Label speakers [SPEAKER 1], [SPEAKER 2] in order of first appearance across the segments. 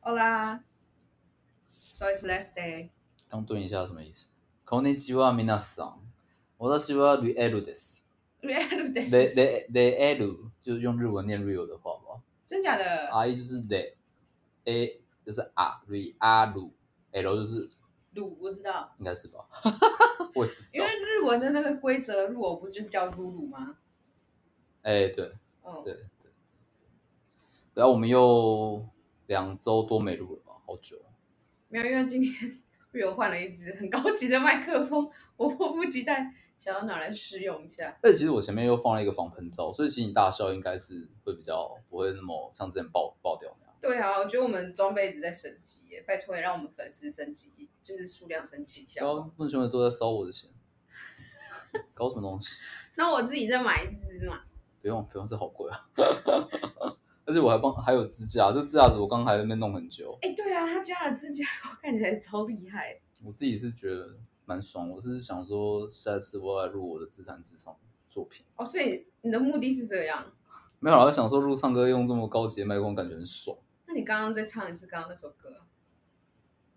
[SPEAKER 1] Hola. So it's last day.
[SPEAKER 2] 刚顿一下什么意思？こんにちは皆さん。私はリエルです。
[SPEAKER 1] Real this.
[SPEAKER 2] レレレエル就是用日文念 real 的话吧。
[SPEAKER 1] 真假的？
[SPEAKER 2] I 就是レ，A 就是啊，リ阿鲁，L 就是
[SPEAKER 1] 鲁我知道，
[SPEAKER 2] 应该是吧？ 我也不知
[SPEAKER 1] 因
[SPEAKER 2] 道
[SPEAKER 1] 为。日文的那个规则，入我不是就叫鲁鲁吗？
[SPEAKER 2] 哎、对
[SPEAKER 1] 哦，
[SPEAKER 2] 对对。然后我们又两周多没录了吧？好久。
[SPEAKER 1] 没有，因为今天 Rio 换了一支很高级的麦克风，我迫不及待想要拿来试用一下。
[SPEAKER 2] 但其实我前面又放了一个防喷罩，所以其实你大笑应该是会比较不会那么像之前爆爆掉那样。
[SPEAKER 1] 对啊，我觉得我们装备一直在升级耶，拜托也让我们粉丝升级，就是数量升级一下
[SPEAKER 2] 然。后问兄弟都在烧我的钱，搞什么东西？
[SPEAKER 1] 那我自己再买一支嘛。
[SPEAKER 2] 不用不用，这好贵啊！ 而且我还帮还有支架，这支架子我刚才在那边弄很久，
[SPEAKER 1] 哎，对啊，他家的指甲膏 看起来超厉害。
[SPEAKER 2] 我自己是觉得蛮爽。我是想说下次我要来录我的自弹自唱作品，
[SPEAKER 1] 哦，所以你的目的是这样？
[SPEAKER 2] 没有啦，我想说录唱歌用这么高级的麦克风感觉很爽。
[SPEAKER 1] 那你刚刚再唱一次刚刚那首歌啊？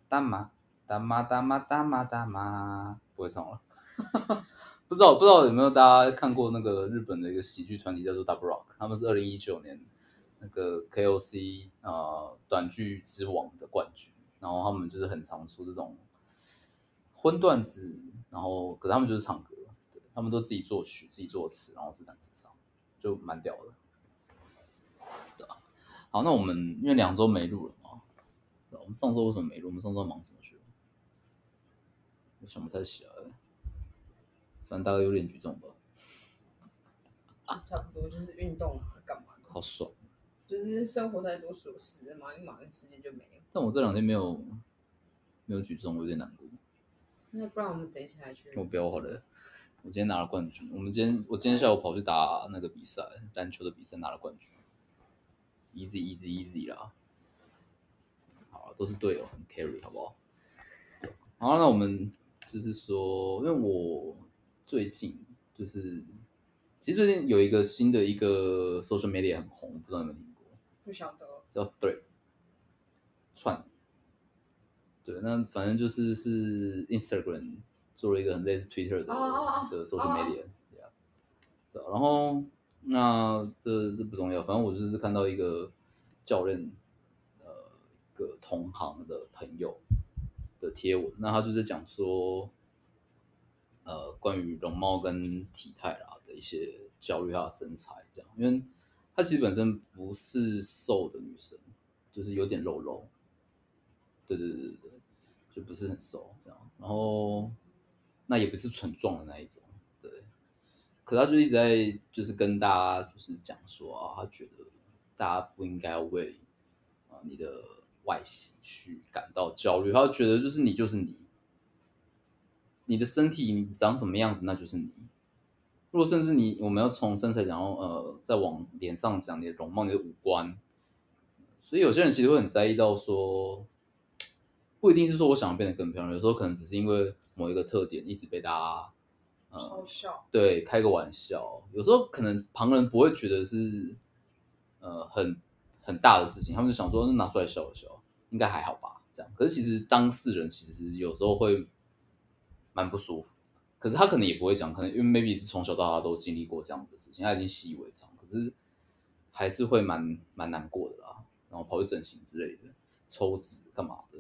[SPEAKER 2] 大妈大妈大妈大妈大妈，不会唱了。不知道不知道有没有大家看过那个日本的一个喜剧团体叫做 Double Rock，他们是二零一九年那个 KOC 呃短剧之王的冠军，然后他们就是很常出这种荤段子，然后可他们就是唱歌，对他们都自己作曲、自己作词，然后自弹自唱，就蛮屌的。对啊好，那我们因为两周没录了嘛，对啊我们上周为什么没录？我们上周忙什么去了？我想不太起来了，反正大概有点举重吧，
[SPEAKER 1] 啊差不多就是运动啊，干嘛的，
[SPEAKER 2] 好爽。
[SPEAKER 1] 就是生活太多琐事，忙一忙时间就没有。
[SPEAKER 2] 但我这两天没有没有举重，我有点难过。
[SPEAKER 1] 那不然我们等一下来去
[SPEAKER 2] 我不要好了，我今天拿了冠军。我们今天我今天下午跑去打那个比赛，篮球的比赛拿了冠军，easy easy easy 啦。好啦，都是队友很 carry 好不好？然后那我们就是说，因为我最近就是，其实最近有一个新的一个 social media 很红，不知道你们听过？
[SPEAKER 1] 不晓得
[SPEAKER 2] 叫 Thread 串。对，那反正就是是 Instagram 做了一个很类似 Twitter 的、
[SPEAKER 1] 哦哦哦
[SPEAKER 2] 的
[SPEAKER 1] 哦
[SPEAKER 2] social
[SPEAKER 1] 哦
[SPEAKER 2] media，、对啊，对啊然后那这这不重要，反正我就是看到一个教练，呃，一个同行的朋友的贴文，那他就是讲说，呃，关于容貌跟体态啦的一些焦虑，她的身材这样，因为她其实本身不是瘦的女生，就是有点肉肉，对对对对对，就不是很瘦这样，然后那也不是很壮的那一种，对。可她就一直在就是跟大家就是讲说啊，她觉得大家不应该为啊你的外形去感到焦虑，她觉得就是你就是你，你的身体你长什么样子那就是你。如果甚至你我们要从身材讲到呃，再往脸上讲你的容貌、你的五官，所以有些人其实会很在意到说，不一定是说我想要变得更漂亮，有时候可能只是因为某一个特点一直被大家呃
[SPEAKER 1] 嘲笑，
[SPEAKER 2] 对，开个玩笑，有时候可能旁人不会觉得是呃很很大的事情，他们就想说那拿出来笑一笑，应该还好吧，这样。可是其实当事人其实有时候会蛮不舒服的，可是他可能也不会讲，可能因为 maybe 是从小到大都经历过这样的事情，他已经习以为常，可是还是会蛮蛮难过的啦，然后跑去整形之类的，抽脂干嘛的，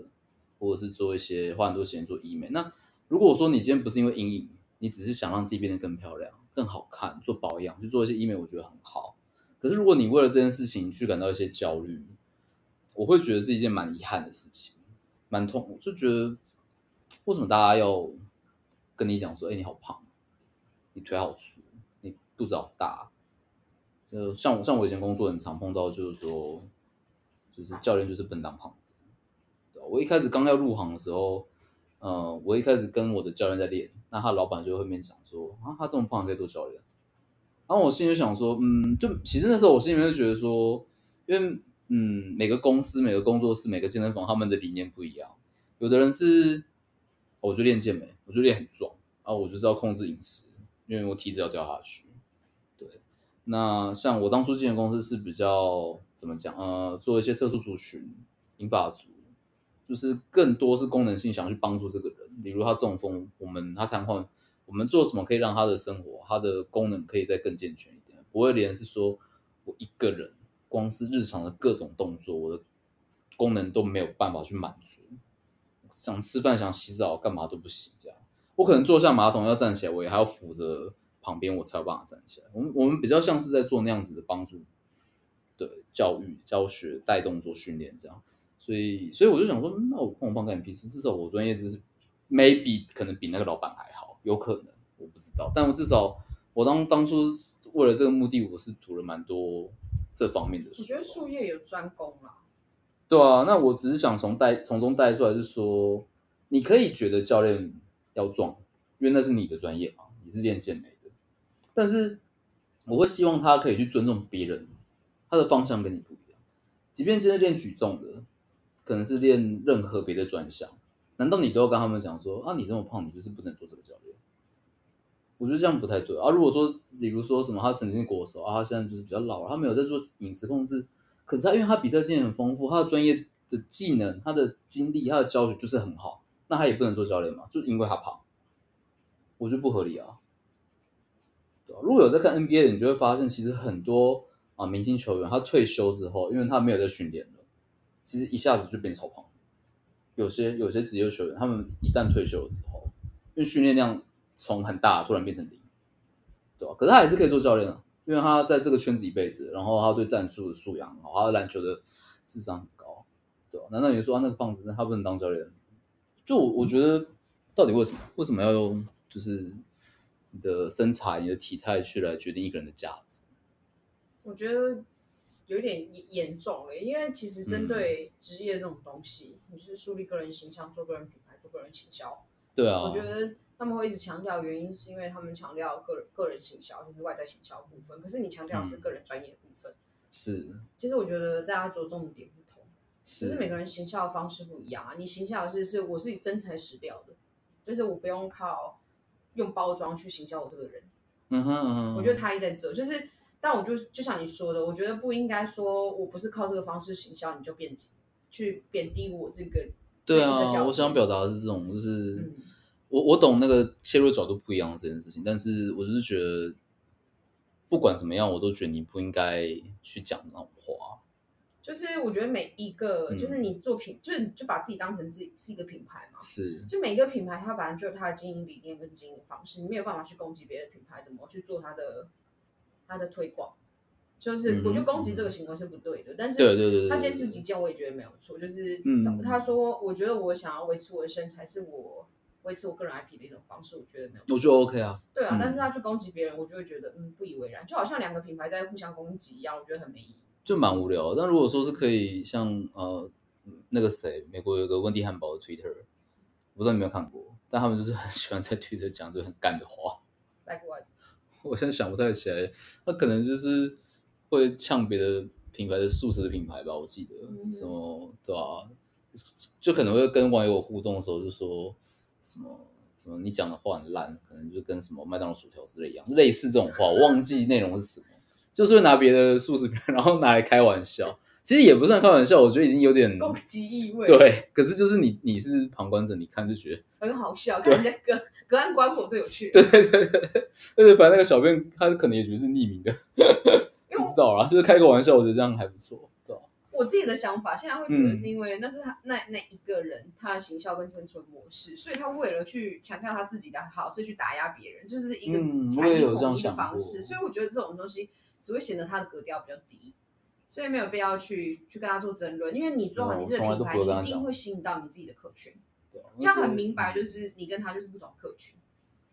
[SPEAKER 2] 或者是做一些花很多钱做医美，那。如果说你今天不是因为阴影，你只是想让自己变得更漂亮、更好看，做保养，去做一些医美，我觉得很好。可是如果你为了这件事情去感到一些焦虑，我会觉得是一件蛮遗憾的事情，蛮痛苦，就觉得为什么大家要跟你讲说，哎、你好胖，你腿好粗，你肚子好大。就像我像我以前工作很常碰到，就是说，就是教练就是笨蛋胖子。对啊我一开始刚要入行的时候，呃，我一开始跟我的教练在练，那他老板就会后面讲说啊，他这么胖可以做教练。然后我心里就想说，嗯，就其实那时候我心里面就觉得说，因为嗯，每个公司、每个工作室、每个健身房，他们的理念不一样。有的人是，哦我就练健美，我就练很壮，啊，我就是要控制饮食，因为我体脂要掉下去。对，那像我当初进的公司是比较怎么讲，呃，做一些特殊族群，银发族，就是更多是功能性想去帮助这个人，比如他中风，我们他瘫痪，我们做什么可以让他的生活、他的功能可以再更健全一点，不会连是说我一个人光是日常的各种动作，我的功能都没有办法去满足，想吃饭、想洗澡、干嘛都不行，这样我可能坐下马桶要站起来，我也还要扶着旁边，我才有办法站起来。我们我们比较像是在做那样子的帮助，对教育、教学、带动作训练这样。所以，所以我就想说，嗯那我碰碰干你屁事？至少我专业知识 maybe 可能比那个老板还好，有可能我不知道。但我至少我当当初为了这个目的，我是读了蛮多这方面的书。啊
[SPEAKER 1] 我觉得术业有专攻啦，
[SPEAKER 2] 对啊，那我只是想从带从中带出来，是说你可以觉得教练要壮，因为那是你的专业嘛，你是练健美的，但是我会希望他可以去尊重别人，他的方向跟你不一样。即便今天练举重的，可能是练任何别的专项，难道你都要跟他们讲说啊，你这么胖，你就是不能做这个教练？我觉得这样不太对啊。如果说，比如说什么，他曾经是国手啊，他现在就是比较老了，他没有在做饮食控制，可是他因为他比赛经验很丰富，他的专业的技能、他的经历、他的教学就是很好，那他也不能做教练嘛，就是因为他胖，我觉得不合理啊。对啊如果有在看 NBA 的，你就会发现，其实很多啊明星球员他退休之后，因为他没有在训练了，其实一下子就变超胖。有些有些职业球员，他们一旦退休了之后，因为训练量从很大突然变成零，对吧、可是他还是可以做教练啊，因为他在这个圈子一辈子，然后他对战术的素养很好，他的篮球的智商很高，对吧、难道你说啊那个胖子，那他不能当教练？就我我觉得，到底为什么为什么要用就是你的身材、你的体态去来决定一个人的价值？
[SPEAKER 1] 我觉得有点严严重了，因为其实
[SPEAKER 2] 嗯
[SPEAKER 1] 针对职业这种东西，你就是树立个人形象、做个人品牌、做个人行销，
[SPEAKER 2] 对啊，
[SPEAKER 1] 我觉得他们会一直强调，原因是因为他们强调个人个人行销，就是外在行销的部分。可是你强调的是
[SPEAKER 2] 嗯
[SPEAKER 1] 个人专业的部分，
[SPEAKER 2] 是
[SPEAKER 1] 其实我觉得大家着重的点不同，就是是每个人行销的方式不一样啊。你行销的是是我是真材实料的，就是我不用靠用包装去行销我这个人。
[SPEAKER 2] 嗯哼嗯哼，
[SPEAKER 1] 我觉得差异在这，就是，但我就就像你说的，我觉得不应该说我不是靠这个方式行销，你就贬低去贬低我这个
[SPEAKER 2] 对
[SPEAKER 1] 这个角
[SPEAKER 2] 啊，
[SPEAKER 1] 度
[SPEAKER 2] 我想表达的是这种，就是、
[SPEAKER 1] 嗯
[SPEAKER 2] 我我懂那个切入角度不一样的这件事情，但是我就是觉得，不管怎么样，我都觉得你不应该去讲那种话。
[SPEAKER 1] 就是我觉得每一个，
[SPEAKER 2] 嗯
[SPEAKER 1] 就是你做品，就是你就把自己当成自己是一个品牌嘛。
[SPEAKER 2] 是，
[SPEAKER 1] 就每一个品牌，它本来就有它的经营理念跟经营方式，你没有办法去攻击别的品牌怎么去做它的它的推广。就是
[SPEAKER 2] 嗯哼
[SPEAKER 1] 我觉得攻击这个行为是不对的，但
[SPEAKER 2] 对
[SPEAKER 1] 是
[SPEAKER 2] 对对对，
[SPEAKER 1] 他坚
[SPEAKER 2] 对
[SPEAKER 1] 持己，见，我也觉得没有错。就是
[SPEAKER 2] 嗯
[SPEAKER 1] 他说，我觉得我想要维持我的身材是我维持我个人 IP 的一种方式，我觉得没有错。
[SPEAKER 2] 我觉得 OK 啊，
[SPEAKER 1] 对啊，
[SPEAKER 2] 嗯
[SPEAKER 1] 但是他去攻击别人，我就会觉得嗯不以为然，就好像两个品牌在互相攻击一样，我觉得很没意义。
[SPEAKER 2] 就蛮无聊的。但如果说是可以像呃那个谁，美国有个温蒂汉堡的 Twitter，我不知道你有没有看过，但他们就是很喜欢在 Twitter 讲这个很干的话。
[SPEAKER 1] Like what？
[SPEAKER 2] 嗯我现在想不太起来，他可能就是会呛别的品牌的素食的品牌吧，我记得、
[SPEAKER 1] 嗯
[SPEAKER 2] 什么对吧、就可能会跟网友互动的时候就说什么什么你讲的话很烂，可能就跟什么麦当劳薯条之类一样，类似这种话，我忘记内容是什么，就是会拿别的素食品牌然后拿来开玩笑，其实也不算开玩笑，我觉得已经有点
[SPEAKER 1] 攻击意味，，
[SPEAKER 2] 对，可是就是你你是旁观者，你看就觉得
[SPEAKER 1] 很好笑。看人家隔隔岸观火最有趣，
[SPEAKER 2] 对对对对，对而且反正那个小编他可能也觉得是匿名的。
[SPEAKER 1] 因为
[SPEAKER 2] 不知
[SPEAKER 1] 我
[SPEAKER 2] 道啦，就是开个玩笑，我觉得这样还不错，对吧、
[SPEAKER 1] 我自己的想法，现在会觉得
[SPEAKER 2] 嗯
[SPEAKER 1] 是因为那是他那那一个人他的行销跟生存模式，所以他为了去强调他自己的好，所以去打压别人，就是一个
[SPEAKER 2] 嗯
[SPEAKER 1] 产
[SPEAKER 2] 我也
[SPEAKER 1] 业
[SPEAKER 2] 有这样
[SPEAKER 1] 统一的
[SPEAKER 2] 想
[SPEAKER 1] 方
[SPEAKER 2] 过
[SPEAKER 1] 式。所以我觉得这种东西只会显得他的格调比较低，所以没有必要去去跟他做争论，因为你做好
[SPEAKER 2] 嗯
[SPEAKER 1] 你这个
[SPEAKER 2] 我
[SPEAKER 1] 品
[SPEAKER 2] 从来都
[SPEAKER 1] 牌，
[SPEAKER 2] 不会
[SPEAKER 1] 你
[SPEAKER 2] 跟他
[SPEAKER 1] 一定
[SPEAKER 2] 讲
[SPEAKER 1] 会吸引到你自己的客群。
[SPEAKER 2] 对啊，
[SPEAKER 1] 这样很
[SPEAKER 2] 那
[SPEAKER 1] 明白，
[SPEAKER 2] 时候
[SPEAKER 1] 就是你跟他就是不同客群。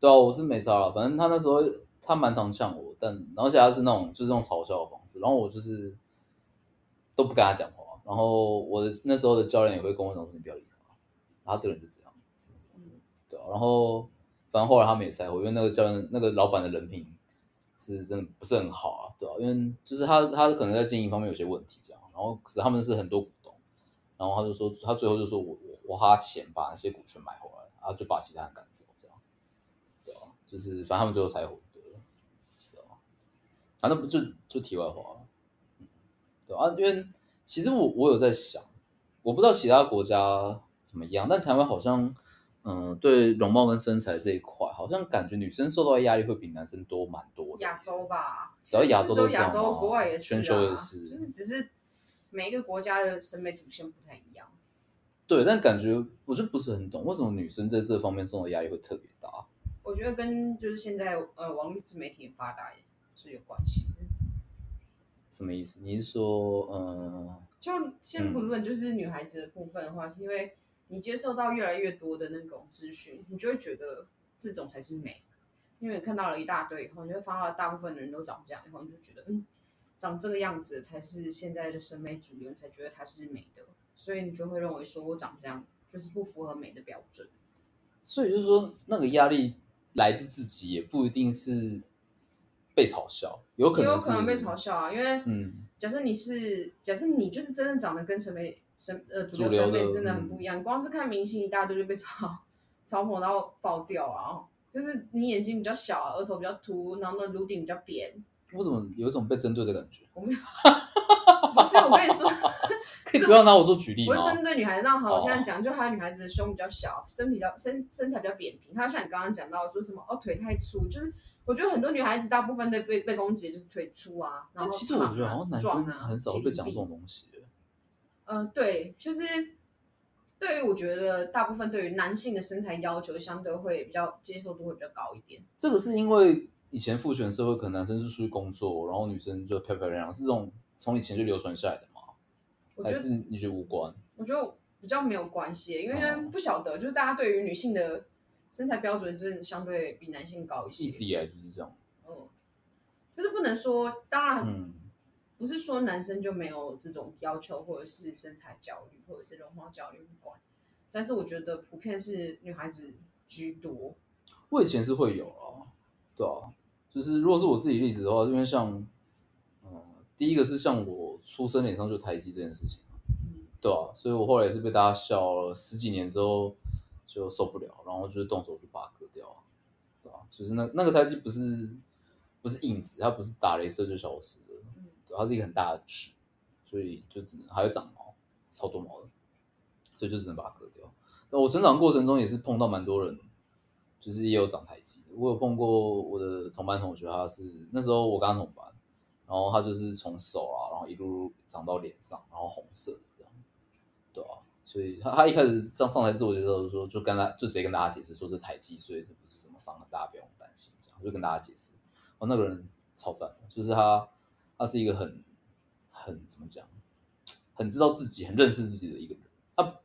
[SPEAKER 2] 对啊，我是没差了，反正他那时候他蛮常呛我，但然后而且他是那种就是那种嘲笑的方式，然后我就是都不跟他讲话，然后我的那时候的教练也会跟我讲说你不要理他，他这个人就这样，什么什么的，对啊，然后反正后来他们也塞我，因为那个教练那个老板的人品是真的不是很好啊，对啊，因为就是他他可能在经营方面有些问题这样，然后可是他们是很多股东。然后他就说，他最后就说我我我花钱把那些股权买回来，然后就把其他人赶走，这样，对啊，就是反正他们最后才火对了，对啊，反正不就就题外话了，嗯对啊，因为其实我我有在想，我不知道其他国家怎么样，但台湾好像，嗯、对容貌跟身材这一块，好像感觉女生受到的压力会比男生多蛮多的。
[SPEAKER 1] 亚洲，吧，
[SPEAKER 2] 只要亚
[SPEAKER 1] 不
[SPEAKER 2] 洲
[SPEAKER 1] 是只
[SPEAKER 2] 都
[SPEAKER 1] 有
[SPEAKER 2] 这
[SPEAKER 1] 亚
[SPEAKER 2] 样嘛
[SPEAKER 1] 洲，国外也是、啊，
[SPEAKER 2] 全球也是，
[SPEAKER 1] 就是只是每一个国家的审美主线不太一样。
[SPEAKER 2] 对，但感觉我就不是很懂，为什么女生在这方面受到的压力会特别大？
[SPEAKER 1] 我觉得跟就是现在呃网络自媒体很发达也是有关系的。
[SPEAKER 2] 什么意思？你是说，嗯、
[SPEAKER 1] 就先不论就是女孩子的部分的话，是因为你接受到越来越多的那种资讯，你就会觉得这种才是美。因为你看到了一大堆以后，你会发现大部分的人都长这样，以后你就觉得嗯，长这个样子才是现在的审美主流，你才觉得它是美的，所以你就会认为说我长这样就是不符合美的标准。
[SPEAKER 2] 所以就是说，那个压力来自自己，也不一定是被嘲笑，有可
[SPEAKER 1] 也
[SPEAKER 2] 能
[SPEAKER 1] 有
[SPEAKER 2] 是
[SPEAKER 1] 可能被嘲。笑啊，因为
[SPEAKER 2] 嗯
[SPEAKER 1] 假设你是，假设你就是真的长得跟审美审呃主流
[SPEAKER 2] 主流
[SPEAKER 1] 审美
[SPEAKER 2] 的嗯
[SPEAKER 1] 真的很不一样，光是看明星一大堆就被嘲嘲讽到爆掉啊，就是你眼睛比较小啊，额头比较凸，然后呢颅顶比较扁，
[SPEAKER 2] 我怎么有一种被针对的感觉？
[SPEAKER 1] 不是我跟你说，
[SPEAKER 2] 可以不要拿我做举例
[SPEAKER 1] 我
[SPEAKER 2] 吗
[SPEAKER 1] 是？针对女孩子，那好，
[SPEAKER 2] 哦
[SPEAKER 1] 我现在讲，就还有女孩子的胸比较小，身比较身身材比较扁平，还有像你刚刚讲到说什么哦腿太粗，就是我觉得很多女孩子大部分的被被攻击就是腿粗啊，然
[SPEAKER 2] 但
[SPEAKER 1] 后
[SPEAKER 2] 其实我觉得
[SPEAKER 1] 胖啊
[SPEAKER 2] 好像男生
[SPEAKER 1] 壮啊
[SPEAKER 2] 很少会被
[SPEAKER 1] 紧
[SPEAKER 2] 讲
[SPEAKER 1] 逼
[SPEAKER 2] 这种东西。
[SPEAKER 1] 呃，对，就是对于我觉得大部分对于男性的身材要求相对会比较接受度会比较高一点。
[SPEAKER 2] 这个是因为以前父权社会，可能男生是出去工作，然后女生就漂漂亮亮，是这种从以前就流传下来的吗？
[SPEAKER 1] 我觉
[SPEAKER 2] 还
[SPEAKER 1] 得
[SPEAKER 2] 是你觉得无关？
[SPEAKER 1] 我觉得比较没有关系，因为
[SPEAKER 2] 哦
[SPEAKER 1] 不晓得就是大家对于女性的身材标准真的相对比男性高一
[SPEAKER 2] 一直
[SPEAKER 1] 些。
[SPEAKER 2] 以来就是这样。
[SPEAKER 1] 嗯，就是不能说，当然
[SPEAKER 2] 嗯，
[SPEAKER 1] 不是说男生就没有这种要求，或者是身材焦虑，或者是容貌焦虑不管，但是我觉得普遍是女孩子居多。
[SPEAKER 2] 我以前是会有啊，对啊，就是如果是我自己例子的话，因为像，嗯、第一个是像我出生脸上就胎记这件事情，
[SPEAKER 1] 嗯，
[SPEAKER 2] 对啊，所以我后来也是被大家笑了十几年之后就受不了，然后就动手去把它割掉啊，对啊，就是那那个胎记不是不是硬质，它不是打镭射就消失的，
[SPEAKER 1] 嗯
[SPEAKER 2] 对，啊它是一个很大的痣，所以就只能还会长毛，超多毛的，所以就只能把它割掉。那我成长过程中也是碰到蛮多人，就是也有长胎记的。我有碰过我的同班同学，他是那时候我跟他同班，然后他就是从手啊，然后一路长到脸上，然后红色的这样，对啊。所以他他一开始上上台自我介绍的时候，就跟他就直接跟大家解释说这胎记，所以这不是什么伤痕，大家不用担心这样，就跟大家解释。哦，那个人超赞的，就是他，他是一个很很怎么讲，很知道自己、很认识自己的一个人。他，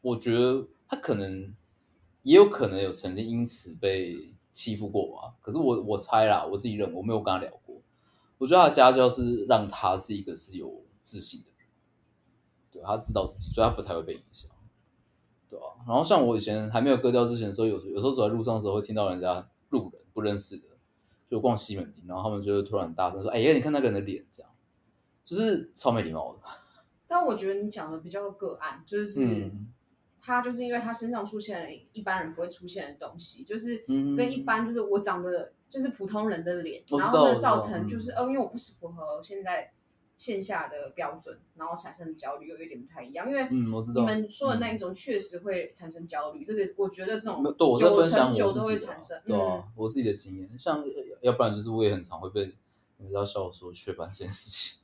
[SPEAKER 2] 我觉得他可能也有可能有曾经因此被欺负过吧。可是我我猜啦，我自己认为我没有跟他聊过。我觉得他的家教是让他是一个是有自信的人，对他知道自己，所以他不太会被影响。对啊，然后像我以前还没有割掉之前的时候，有有时候走在路上的时候，会听到人家路人不认识的，就逛西门町，然后他们就会突然大声说：“哎呀，你看那个人的脸，这样就是超没礼貌的。
[SPEAKER 1] 但我觉得你讲的比较个案，就是、
[SPEAKER 2] 嗯
[SPEAKER 1] 他就是因为他身上出现了一般人不会出现的东西，就是
[SPEAKER 2] 嗯
[SPEAKER 1] 跟一般就是我长得就是普通人的脸，
[SPEAKER 2] 我知
[SPEAKER 1] 然
[SPEAKER 2] 道
[SPEAKER 1] 后
[SPEAKER 2] 我
[SPEAKER 1] 呢
[SPEAKER 2] 知道
[SPEAKER 1] 造
[SPEAKER 2] 嗯
[SPEAKER 1] 成就是哦，因为我不是符合现在线下的标准，然后产生的焦虑又有点不太一样，因为”
[SPEAKER 2] 嗯，我知
[SPEAKER 1] 你
[SPEAKER 2] 道。
[SPEAKER 1] 们说的那一种确实会产生焦虑，这个我觉得这种
[SPEAKER 2] 没有对，我在
[SPEAKER 1] 九
[SPEAKER 2] 分享
[SPEAKER 1] 成
[SPEAKER 2] 我
[SPEAKER 1] 九都会
[SPEAKER 2] 自己的啊
[SPEAKER 1] 产生，
[SPEAKER 2] 对
[SPEAKER 1] 嗯
[SPEAKER 2] 啊，我自己的经验。像要不然就是我也很常会被人家笑说雀斑这件事情。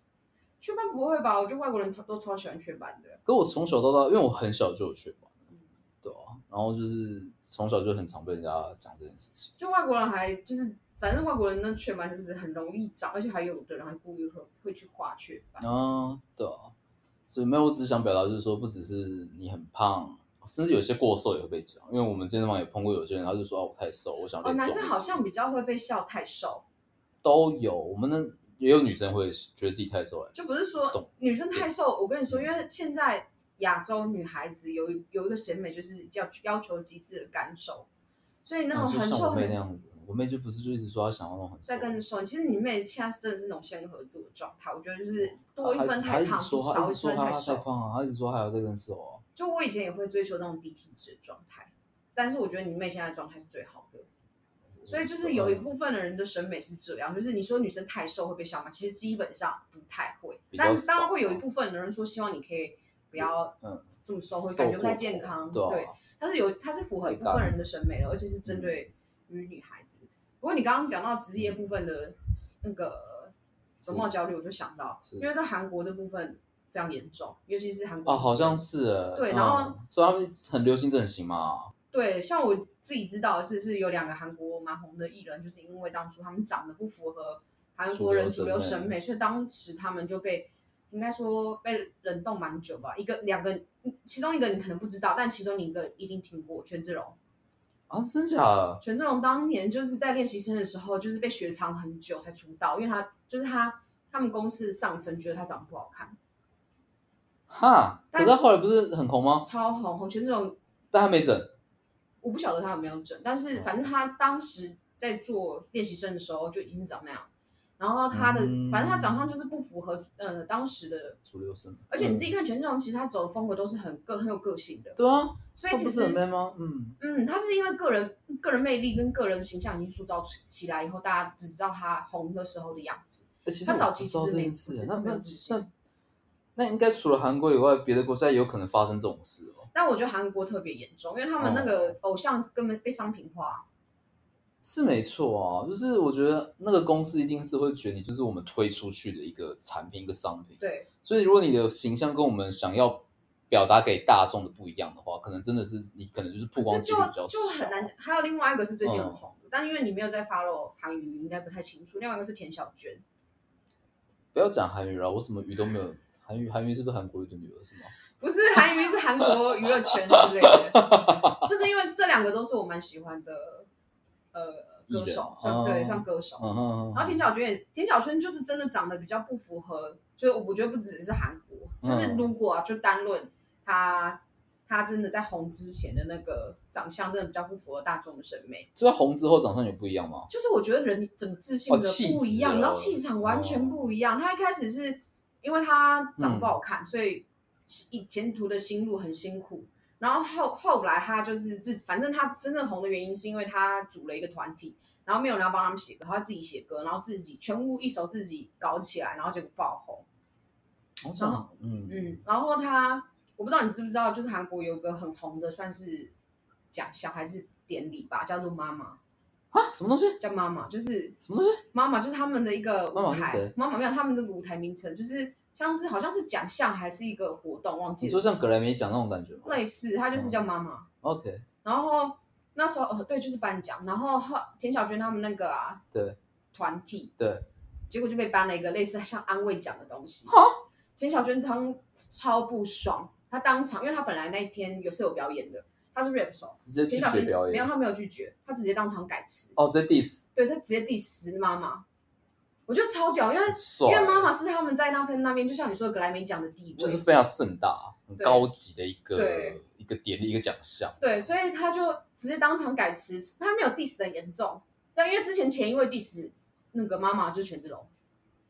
[SPEAKER 1] 雀斑不会吧？我觉得外国人超都超喜欢雀斑的，
[SPEAKER 2] 可我从小到大，因为我很小就有雀斑，
[SPEAKER 1] 嗯
[SPEAKER 2] 对啊，然后就是从小就很常被人家讲这件事情。
[SPEAKER 1] 就外国人还就是反正外国人那雀斑就是很容易长，而且还有的人还故意会会去画雀斑。
[SPEAKER 2] 啊，对啊，所以没有，我只是想表达就是说，不只是你很胖，甚至有些过瘦也会被讲，因为我们健身房也碰过有些人，他就说啊我太瘦，我想
[SPEAKER 1] 哦，
[SPEAKER 2] 练
[SPEAKER 1] 男
[SPEAKER 2] 壮
[SPEAKER 1] 生
[SPEAKER 2] 一
[SPEAKER 1] 好
[SPEAKER 2] 点
[SPEAKER 1] 像比较会被笑太瘦，
[SPEAKER 2] 都有，我们那也有女生会觉得自己太瘦了，
[SPEAKER 1] 就不是
[SPEAKER 2] 懂
[SPEAKER 1] 说女生太瘦。我跟你说，因为现在亚洲女孩子有一有一个审美，就是要要求极致的干瘦，所以那种
[SPEAKER 2] 嗯就
[SPEAKER 1] 很
[SPEAKER 2] 像
[SPEAKER 1] 瘦
[SPEAKER 2] 我妹那
[SPEAKER 1] 很
[SPEAKER 2] 样子，我妹就不是就一直说她想要那种很瘦
[SPEAKER 1] 在
[SPEAKER 2] 的，
[SPEAKER 1] 跟瘦，其实你妹现在真的是那种鲜合度的状态。我觉得就是多一
[SPEAKER 2] 她
[SPEAKER 1] 分
[SPEAKER 2] 她
[SPEAKER 1] 太
[SPEAKER 2] 一直
[SPEAKER 1] 胖，
[SPEAKER 2] 说她
[SPEAKER 1] 少
[SPEAKER 2] 一
[SPEAKER 1] 一
[SPEAKER 2] 直说
[SPEAKER 1] 分
[SPEAKER 2] 她
[SPEAKER 1] 太
[SPEAKER 2] 太
[SPEAKER 1] 瘦。
[SPEAKER 2] 胖啊，她一直说她还要再更瘦啊，
[SPEAKER 1] 就我以前也会追求那种低体脂的状态，但是我觉得你妹现在的状态是最好的。所以
[SPEAKER 2] 嗯
[SPEAKER 1] 就是有一部分的人的审美是这样，就是你说女生太瘦会被笑吗？其实基本上不太会，
[SPEAKER 2] 比较
[SPEAKER 1] 但
[SPEAKER 2] 少哦
[SPEAKER 1] 当然会有一部分的人说希望你可以不要
[SPEAKER 2] 嗯
[SPEAKER 1] 这么瘦，会感觉不太健康。
[SPEAKER 2] 对啊
[SPEAKER 1] 对，但是有它是符合一部分人的审美的，而且是
[SPEAKER 2] 嗯
[SPEAKER 1] 针对于女孩子。不过你刚刚讲到职业部分的那个容貌焦虑，我就想到，
[SPEAKER 2] 是
[SPEAKER 1] 因为在韩国这部分非常严重，尤其是韩国
[SPEAKER 2] 哦，好像是欸，
[SPEAKER 1] 对
[SPEAKER 2] 嗯
[SPEAKER 1] 然后
[SPEAKER 2] 所以他们很流行整形嘛，
[SPEAKER 1] 对，像我自己知道的是，是有两个韩国蛮红的艺人，就是因为当初他们长得不符合韩国人主
[SPEAKER 2] 主
[SPEAKER 1] 流
[SPEAKER 2] 流审美
[SPEAKER 1] 审美，所以当时他们就被应该说被冷冻蛮久吧。一个两个，嗯其中一个你可能不知道，但其中一个一定听过权志龙。
[SPEAKER 2] 啊，真假的？
[SPEAKER 1] 权志龙当年就是在练习生的时候，就是被雪藏很久才出道，因为他就是他他们公司上层觉得他长得不好看，
[SPEAKER 2] 哈，可
[SPEAKER 1] 但
[SPEAKER 2] 是他后来不是很红吗？
[SPEAKER 1] 超红红权志龙
[SPEAKER 2] 但他没整，
[SPEAKER 1] 我不晓得他有没有整，但
[SPEAKER 2] 哦
[SPEAKER 1] 是反正他当时在做练习生的时候就已经长那样，然后他的、
[SPEAKER 2] 嗯
[SPEAKER 1] 反正他长相就是不符合呃当时的，
[SPEAKER 2] 主流审美，
[SPEAKER 1] 而且你自
[SPEAKER 2] 己
[SPEAKER 1] 己看权志龙，其实他走的风格都是很个很有个性的，
[SPEAKER 2] 对啊，
[SPEAKER 1] 所以
[SPEAKER 2] 他
[SPEAKER 1] 其
[SPEAKER 2] 不是
[SPEAKER 1] 实
[SPEAKER 2] 很 man 吗？嗯，
[SPEAKER 1] 嗯，他是因为个人个人魅力跟个人形象已经塑造起来以后，大家只知道他红的时候的样子，
[SPEAKER 2] 欸其实
[SPEAKER 1] 他
[SPEAKER 2] 我
[SPEAKER 1] 早
[SPEAKER 2] 不
[SPEAKER 1] 期
[SPEAKER 2] 知
[SPEAKER 1] 其
[SPEAKER 2] 道
[SPEAKER 1] 实
[SPEAKER 2] 这
[SPEAKER 1] 没
[SPEAKER 2] 件
[SPEAKER 1] 不
[SPEAKER 2] 事
[SPEAKER 1] 知
[SPEAKER 2] 欸，
[SPEAKER 1] 没
[SPEAKER 2] 那
[SPEAKER 1] 有
[SPEAKER 2] 那
[SPEAKER 1] 自信
[SPEAKER 2] 那那应该除了韩国以外，别的国家也有可能发生这种事哦。
[SPEAKER 1] 但我觉得韩国特别严重，因为他们那个偶像根本被商品化，
[SPEAKER 2] 是没错啊，就是我觉得那个公司一定是会觉得你就是我们推出去的一个产品、一个商品。
[SPEAKER 1] 对，
[SPEAKER 2] 所以如果你的形象跟我们想要表达给大众的不一样的话，可能真的是你可能就是曝
[SPEAKER 1] 可
[SPEAKER 2] 光
[SPEAKER 1] 是
[SPEAKER 2] 几
[SPEAKER 1] 就
[SPEAKER 2] 率比较
[SPEAKER 1] 就
[SPEAKER 2] 小
[SPEAKER 1] 很。难。还有另外一个是最近很
[SPEAKER 2] 嗯
[SPEAKER 1] 红的，但因为你没有在 follow 韩娱，你应该不太清楚。另外一个是田小娟，
[SPEAKER 2] 不要讲韩语了，我什么语都没有。韩语，韩语是不是韩国语的女儿是吗？
[SPEAKER 1] 不是韩娱，是韩国娱乐圈之类的。就是因为这两个都是我蛮喜欢的，呃，歌手，
[SPEAKER 2] 艺人
[SPEAKER 1] 算、对，
[SPEAKER 2] 哦
[SPEAKER 1] 算歌手。
[SPEAKER 2] 嗯哼，
[SPEAKER 1] 然后田小娟也，田小娟就是真的长得比较不符合，就是我觉得不只是韩国，就是
[SPEAKER 2] 嗯
[SPEAKER 1] 如果啊，就单论她，她真的在红之前的那个长相，真的比较不符合大众的审美。
[SPEAKER 2] 就在红之后长相有不一样吗？
[SPEAKER 1] 就是我觉得人整个自信的
[SPEAKER 2] 哦气质
[SPEAKER 1] 不一样，
[SPEAKER 2] 哦
[SPEAKER 1] 然后气场完全不一样。他一开始是因为他
[SPEAKER 2] 嗯
[SPEAKER 1] 长不好看，所以以前途的心路很辛苦。然后后后来他就是自己，反正他真正红的原因是因为他组了一个团体，然后没有人要帮他们写歌，他自己写歌，然后自己全部一手自己搞起来，然后结果爆红。
[SPEAKER 2] 好像，嗯，
[SPEAKER 1] 嗯，然后他我不知道你知不知道，就是韩国有个很红的算是奖项还是典礼吧，叫做妈妈，
[SPEAKER 2] 啊，什么东西？
[SPEAKER 1] 叫妈妈，就是
[SPEAKER 2] 什么东西？
[SPEAKER 1] 妈妈就是他们的一个
[SPEAKER 2] 妈
[SPEAKER 1] 舞
[SPEAKER 2] 妈是
[SPEAKER 1] 台
[SPEAKER 2] 谁，
[SPEAKER 1] 妈妈没有他们这个舞台名称，就是像是好像是奖项还是一个活动，忘
[SPEAKER 2] 你
[SPEAKER 1] 记
[SPEAKER 2] 说
[SPEAKER 1] 了，
[SPEAKER 2] 像格莱美奖那种感觉吗
[SPEAKER 1] 类似，它就是叫妈
[SPEAKER 2] 哦
[SPEAKER 1] 妈。
[SPEAKER 2] ？OK，
[SPEAKER 1] 然后那时候呃对，就是颁奖，然后后田小娟他们那个啊
[SPEAKER 2] 对
[SPEAKER 1] 团体，
[SPEAKER 2] 对，
[SPEAKER 1] 结果就被颁了一个类似像安慰奖的东西
[SPEAKER 2] 哈。
[SPEAKER 1] 田小娟当超不爽，她当场，因为她本来那一天有是有表演的，她是 rap 手，
[SPEAKER 2] 直接拒
[SPEAKER 1] 田小
[SPEAKER 2] 绝
[SPEAKER 1] 娟
[SPEAKER 2] 表
[SPEAKER 1] 没有，
[SPEAKER 2] 演。
[SPEAKER 1] 她没有拒绝，她直接当场改词，
[SPEAKER 2] 哦，直接 diss，
[SPEAKER 1] 对，她直接 diss 妈妈，我觉得超屌，因为
[SPEAKER 2] 很爽
[SPEAKER 1] 因为妈妈是他们在那边那边，就像你说的格莱美奖的地位，
[SPEAKER 2] 就是非常盛大、啊很
[SPEAKER 1] 对
[SPEAKER 2] 高级的一个
[SPEAKER 1] 对
[SPEAKER 2] 一个典礼、一个奖项。
[SPEAKER 1] 对，所以他就直接当场改词，他没有 diss 的严重，但因为之前前一位 diss 那个妈妈就是权志龙，
[SPEAKER 2] 哦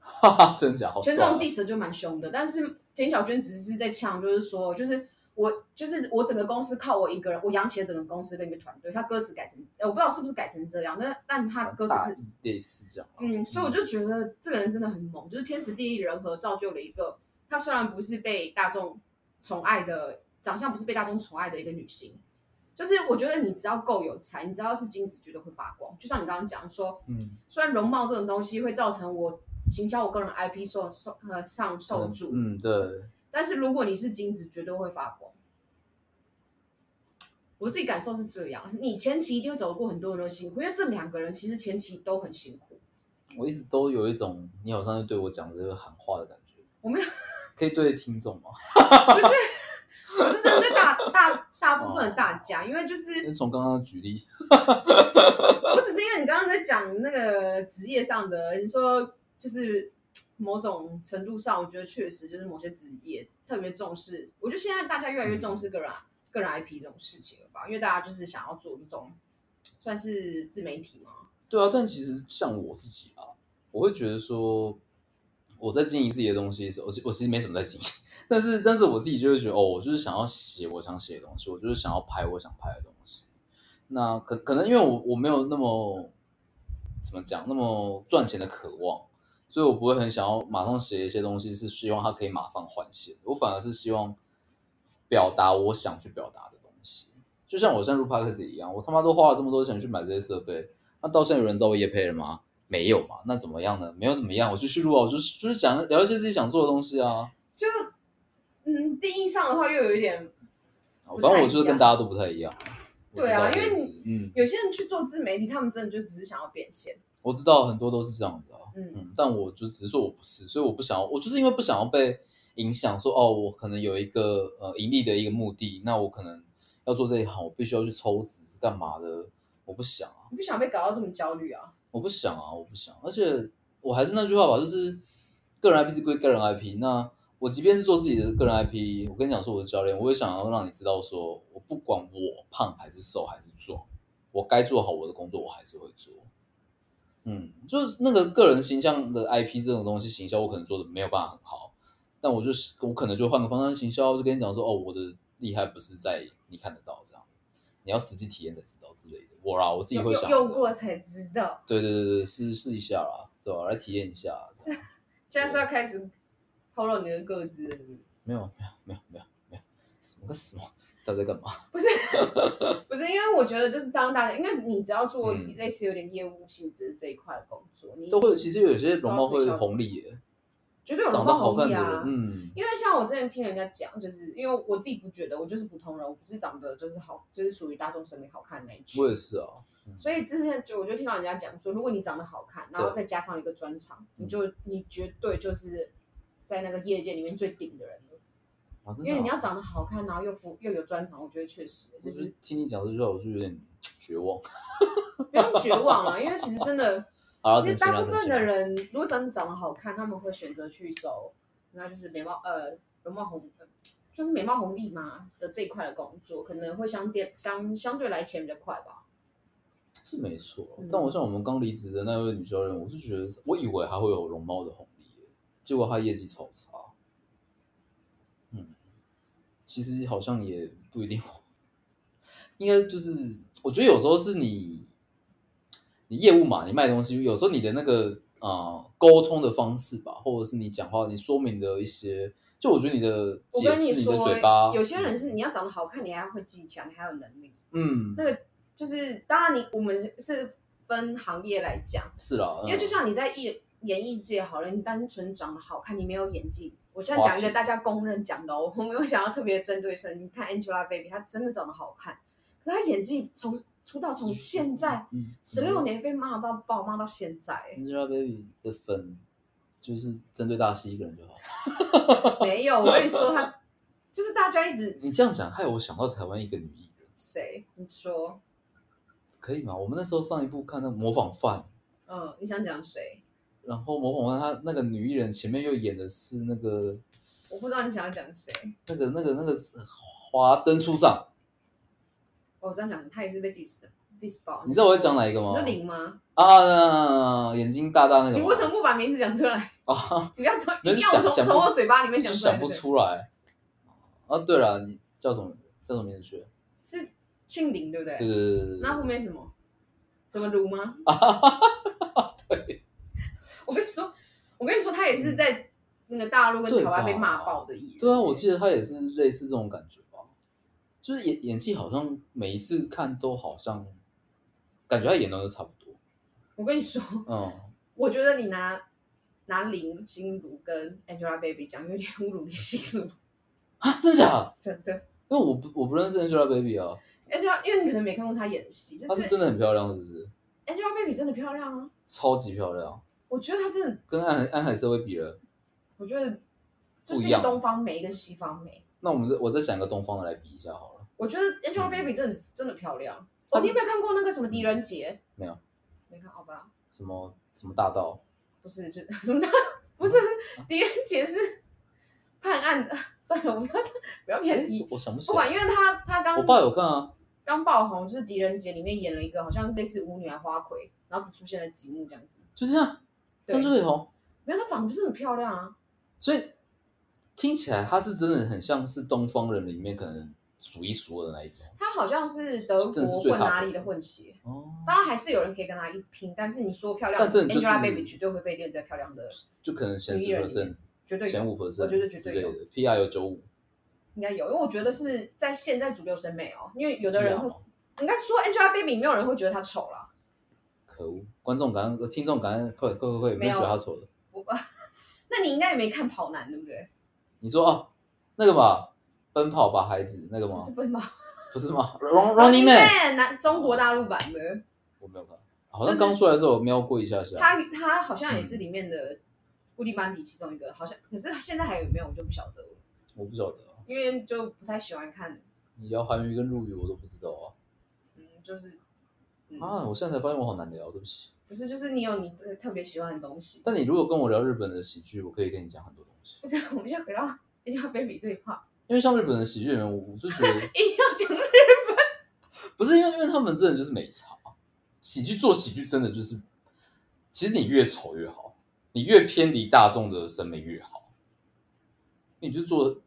[SPEAKER 2] 哈哈，真假好
[SPEAKER 1] 权志龙
[SPEAKER 2] 爽啊！
[SPEAKER 1] diss 的就蛮凶的，但是田小娟只是在呛，就是说，就是我就是我整个公司靠我一个人，我养起了整个公司跟一个团队，他歌词改成，呃我不知道是不是改成这样，但但他的歌词
[SPEAKER 2] 大
[SPEAKER 1] 是
[SPEAKER 2] 意类似这样啊。
[SPEAKER 1] 嗯，所以我就觉得这个人真的很猛，就是天时地利人和造就了一个她虽然不是被大众宠爱的长相，不是被大众宠爱的一个女星。就是我觉得你只要够有才，你只要是金子，绝对会发光。就像你刚刚讲说，
[SPEAKER 2] 嗯，
[SPEAKER 1] 虽然容貌这种东西会造成我行销我个人 IP 受受呃上受阻，
[SPEAKER 2] 嗯，嗯对，
[SPEAKER 1] 但是如果你是金子，绝对会发光。我自己感受是这样，你前期一定会走过很多人的辛苦，因为这两个人其实前期都很辛苦。
[SPEAKER 2] 我一直都有一种你好像在对我讲这个喊话的感觉。
[SPEAKER 1] 我没有，
[SPEAKER 2] 可以对听众吗？
[SPEAKER 1] 我是针对大大大部分的大家，因为就是
[SPEAKER 2] 那从刚刚的举例，
[SPEAKER 1] 我只是因为你刚刚在讲那个职业上的，你说就是某种程度上，我觉得确实就是某些职业特别重视。我觉得现在大家越来越重视个人、嗯
[SPEAKER 2] 嗯
[SPEAKER 1] 个人 IP 这种事情了吧，因为大家就是想要做这种算是自媒体嘛。
[SPEAKER 2] 对啊，但其实像我自己啊，我会觉得说我在经营自己的东西的时候，我其我其实没什么在经营， 但是但是我自己就会觉得哦，我就是想要写我想写的东西，我就是想要拍我想拍的东西。那可可能因为我我没有那么怎么讲那么赚钱的渴望，所以我不会很想要马上写一些东西，是希望它可以马上换现。我反而是希望表达我想去表达的东西。就像我现在录 podcast 一样，我他妈都花了这么多钱去买这些设备，那到现在有人知道我叶配了吗？没有嘛？那怎么样呢？没有怎么样，我就去录啊，我就是就是讲聊一些自己想做的东西啊。
[SPEAKER 1] 就嗯，定义上的话又有一点，不太
[SPEAKER 2] 反正我
[SPEAKER 1] 一
[SPEAKER 2] 就是跟
[SPEAKER 1] 样
[SPEAKER 2] 大家都不太一样。我知
[SPEAKER 1] 对啊
[SPEAKER 2] 道这
[SPEAKER 1] 因为
[SPEAKER 2] 件
[SPEAKER 1] 你
[SPEAKER 2] 事嗯，
[SPEAKER 1] 有些人去做自媒体，他们真的就只是想要变现。
[SPEAKER 2] 我知道很多都是这样子啊。
[SPEAKER 1] 嗯，
[SPEAKER 2] 嗯，但我就只是说我不是，所以我不想要，我就是因为不想要被影响，说哦，我可能有一个呃盈利的一个目的，那我可能要做这一行，我必须要去抽脂是干嘛的？我不想啊，
[SPEAKER 1] 你不想被搞到这么焦虑啊？
[SPEAKER 2] 我不想啊，我不想，而且我还是那句话吧，就是个人 IP 是归个人 IP，那。我即便是做自己的个人 IP，我跟你讲说我的教练，我也想要让你知道说，我不管我胖还是瘦还是壮，我该做好我的工作，我还是会做。嗯，就是那个个人形象的 IP 这种东西，行销我可能做的没有办法很好，但我就是我可能就换个方向行销，就跟你讲说，哦，我的厉害不是在你看得到这样，你要实际体验才知道之类的。我啦，我自己
[SPEAKER 1] 有
[SPEAKER 2] 会
[SPEAKER 1] 有
[SPEAKER 2] 想
[SPEAKER 1] 用
[SPEAKER 2] 这样
[SPEAKER 1] 过才知道，
[SPEAKER 2] 对对对对，试试一下啦，对吧、来体验一下。啊这样
[SPEAKER 1] 现在是要开始透露你的个资了是不是
[SPEAKER 2] 没有没有没有没有没有，什么个什么？他在干嘛？
[SPEAKER 1] 不是，因为我觉得就是当大家，因为你只要做
[SPEAKER 2] 嗯
[SPEAKER 1] 类似有点业务性质这一块的工作，你
[SPEAKER 2] 都会，其实有些容貌
[SPEAKER 1] 都
[SPEAKER 2] 会
[SPEAKER 1] 要推销
[SPEAKER 2] 红利耶，
[SPEAKER 1] 绝对有
[SPEAKER 2] 长
[SPEAKER 1] 人
[SPEAKER 2] 得
[SPEAKER 1] 会
[SPEAKER 2] 好
[SPEAKER 1] 红
[SPEAKER 2] 看的
[SPEAKER 1] 利啊。
[SPEAKER 2] 人，嗯，
[SPEAKER 1] 因为像我之前听人家讲，就是因为我自己不觉得，我就是普通人，我不是长得就是好，就是属于大众审美好看的那一
[SPEAKER 2] 我
[SPEAKER 1] 群。
[SPEAKER 2] 也是啊，
[SPEAKER 1] 所以之前就我就听到人家讲说，如果你长得好看，然后再加上一个专长，你就你绝对就是在那个业界里面最顶的人了。
[SPEAKER 2] 啊真的啊
[SPEAKER 1] 因为你要长得好看，然后又服又有专长，我觉得确实
[SPEAKER 2] 我
[SPEAKER 1] 就
[SPEAKER 2] 就是是听你讲这句话，我就有点绝望。
[SPEAKER 1] 不用绝望啊。因为其实真的，
[SPEAKER 2] 好啦
[SPEAKER 1] 其实
[SPEAKER 2] 整形
[SPEAKER 1] 大
[SPEAKER 2] 啦
[SPEAKER 1] 部
[SPEAKER 2] 整
[SPEAKER 1] 分
[SPEAKER 2] 形
[SPEAKER 1] 的
[SPEAKER 2] 啦
[SPEAKER 1] 人如果真的长得好看，他们会选择去走，那就是眉毛呃容貌红，呃就是眉毛红利嘛的这一块的工作，可能会相对相相对来钱比较快吧。
[SPEAKER 2] 是没错，
[SPEAKER 1] 嗯
[SPEAKER 2] 但我像我们刚离职的那位女教练，我是觉得我以为她会有容貌的红利耶，结果她业绩超差。嗯，其实好像也不一定会，应该就是我觉得有时候是你你业务嘛，你卖东西，有时候你的那个啊沟通的方式吧，或者是你讲话你说明的一些，就我觉得你的
[SPEAKER 1] 我
[SPEAKER 2] 解
[SPEAKER 1] 跟你
[SPEAKER 2] 释、你
[SPEAKER 1] 说
[SPEAKER 2] 的嘴巴，，
[SPEAKER 1] 有些人是你要长得好看，你还要会技巧，你还要有能力。
[SPEAKER 2] 嗯，
[SPEAKER 1] 那个就是当然你我们是分行业来讲，
[SPEAKER 2] 是啦，
[SPEAKER 1] 因为
[SPEAKER 2] 嗯
[SPEAKER 1] 就像你在艺演艺界好了，你单纯长得好看，你没有演技。我现在
[SPEAKER 2] 花
[SPEAKER 1] 讲一个
[SPEAKER 2] 瓶
[SPEAKER 1] 大家公认讲的哦，我没有想要特别针对谁。你看 Angelababy，她真的长得好看，可是她演技从出道从现在
[SPEAKER 2] 嗯
[SPEAKER 1] 十六年被骂到爆，骂到现在，
[SPEAKER 2] Angelababy 的粉就是针对大西一个人就好。
[SPEAKER 1] 没有。我跟你说， 她就是大家一直
[SPEAKER 2] 你这样讲，害我想到台湾一个女艺人，
[SPEAKER 1] 谁？你说，
[SPEAKER 2] 可以吗？我们那时候上一部看那个模仿犯，
[SPEAKER 1] 嗯，你想讲谁？
[SPEAKER 2] 然后模仿犯她那个女艺人前面又演的是那个
[SPEAKER 1] 我不知道你想要讲谁。
[SPEAKER 2] 那个那个那个呃华灯初上，
[SPEAKER 1] 哦，这样讲，她也是被 diss 的 diss 爆。
[SPEAKER 2] 你知道我在讲哪一个吗
[SPEAKER 1] 你说林吗？
[SPEAKER 2] 啊啊，眼睛大大那个
[SPEAKER 1] 你
[SPEAKER 2] 吗
[SPEAKER 1] 为什么不把名字讲出来？
[SPEAKER 2] 啊？
[SPEAKER 1] 不要从
[SPEAKER 2] 没有
[SPEAKER 1] 一定要
[SPEAKER 2] 想
[SPEAKER 1] 从
[SPEAKER 2] 想不
[SPEAKER 1] 从我嘴巴里面讲出来，
[SPEAKER 2] 想不
[SPEAKER 1] 对对
[SPEAKER 2] 出来啊？对了，你叫什么叫什么名字去了？
[SPEAKER 1] 是庆龄，对不对？
[SPEAKER 2] 对对对对对。
[SPEAKER 1] 那后面什么？怎么卢 吗？我跟你说，我跟你说，他也是在那个大陆跟台湾被骂爆的艺人。
[SPEAKER 2] 对啊，我记得他也是类似这种感觉吧，就是演演技好像每一次看都好像感觉他演的都差不多。
[SPEAKER 1] 我跟你说，
[SPEAKER 2] 嗯，
[SPEAKER 1] 我觉得你拿拿林心如跟 Angelababy 讲，有点侮辱林心如，
[SPEAKER 2] 啊，真的假的？
[SPEAKER 1] 真的。
[SPEAKER 2] 因为我不我不认识 Angelababy 啊，
[SPEAKER 1] Angel，因为你可能没看过她演戏，就
[SPEAKER 2] 她
[SPEAKER 1] 是
[SPEAKER 2] 是真的很漂亮，是不是？
[SPEAKER 1] Angelababy 真的漂亮啊！
[SPEAKER 2] 超级漂亮，
[SPEAKER 1] 我觉得她真的，
[SPEAKER 2] 跟安安海瑟薇比了。
[SPEAKER 1] 我觉得就
[SPEAKER 2] 不
[SPEAKER 1] 是一
[SPEAKER 2] 一
[SPEAKER 1] 个
[SPEAKER 2] 样
[SPEAKER 1] 东方美跟西方美。
[SPEAKER 2] 那我们再我再想一个东方的来比一下好了。
[SPEAKER 1] 我觉得 Angelababy 真的是真的漂亮。
[SPEAKER 2] 嗯她
[SPEAKER 1] 我
[SPEAKER 2] 是
[SPEAKER 1] 你有没有看过那个什么狄仁杰？
[SPEAKER 2] 没有，
[SPEAKER 1] 没看好吧？
[SPEAKER 2] 什么什么大道
[SPEAKER 1] 不是，就什么的，不
[SPEAKER 2] 啊
[SPEAKER 1] 是 狄仁杰是判案的。 算了，我不要不要偏
[SPEAKER 2] 诶
[SPEAKER 1] 题，
[SPEAKER 2] 我想不起
[SPEAKER 1] 不管，
[SPEAKER 2] 来。
[SPEAKER 1] 因为他他刚
[SPEAKER 2] 我爸有看啊，
[SPEAKER 1] 刚爆红，就是狄仁杰里面演了一个好像类似舞女还花魁，然后只出现了几幕这样子。
[SPEAKER 2] 就这样，这
[SPEAKER 1] 对
[SPEAKER 2] 样就可以红。
[SPEAKER 1] 没有，她长得真的很漂亮啊。
[SPEAKER 2] 所以听起来她是真的很像是东方人里面可能数一数二的那一种。
[SPEAKER 1] 她好像是德
[SPEAKER 2] 真的是
[SPEAKER 1] 国
[SPEAKER 2] 最
[SPEAKER 1] 混哪
[SPEAKER 2] top
[SPEAKER 1] 里的混血。
[SPEAKER 2] 哦，
[SPEAKER 1] 当然还是有人可以跟她一拼，但是你说漂亮
[SPEAKER 2] 但真的就是
[SPEAKER 1] ，Angelababy 绝对会被列在漂亮的，
[SPEAKER 2] 就可能前
[SPEAKER 1] 女艺
[SPEAKER 2] 十
[SPEAKER 1] 人里
[SPEAKER 2] percent
[SPEAKER 1] 面、绝对有
[SPEAKER 2] 前五
[SPEAKER 1] 我觉得
[SPEAKER 2] percent
[SPEAKER 1] 绝
[SPEAKER 2] 之
[SPEAKER 1] 对
[SPEAKER 2] 类
[SPEAKER 1] 有
[SPEAKER 2] 的，PR 有九五，
[SPEAKER 1] 应该有，因为我觉得是在现在主流审美哦，因为有的
[SPEAKER 2] 这
[SPEAKER 1] 人
[SPEAKER 2] 样
[SPEAKER 1] 会
[SPEAKER 2] 哦，
[SPEAKER 1] 应该说 Angelababy 没有人会觉得她丑啦，
[SPEAKER 2] 可恶，观众感恩，听众感恩，快快快快，有没
[SPEAKER 1] 没
[SPEAKER 2] 有觉
[SPEAKER 1] 有
[SPEAKER 2] 得他丑的？
[SPEAKER 1] 那你应该也没看跑男对不对？
[SPEAKER 2] 你说哦，那个嘛，奔跑吧孩子那个吗
[SPEAKER 1] 不？是奔跑
[SPEAKER 2] 不是吗？Run Running Man，
[SPEAKER 1] 南中国大陆版的，
[SPEAKER 2] 我没有看，好像刚出来的时候我瞄过一下下。
[SPEAKER 1] 他他好像也是里面的
[SPEAKER 2] 嗯
[SPEAKER 1] 固定班底其中一个，好像可是现在还有没有我就不晓得了，
[SPEAKER 2] 我不晓得，哦
[SPEAKER 1] 因为就不太喜欢看，
[SPEAKER 2] 你聊韩语跟日语我都不知道啊。
[SPEAKER 1] 嗯，就是嗯
[SPEAKER 2] 啊，我现在才发现我好难聊，对不起。
[SPEAKER 1] 不是就是你有你特别喜欢的东西，
[SPEAKER 2] 但你如果跟我聊日本的喜剧，我可以跟你讲很多东西，
[SPEAKER 1] 不是我们先回到 Angelababy 这一 块，
[SPEAKER 2] 因为像日本的喜剧演员，我我就觉得
[SPEAKER 1] 硬要讲那
[SPEAKER 2] 不是因为因为他们真的就是美差，喜剧做喜剧真的就是，其实你越丑越好，你越偏离大众的审美越好，你就做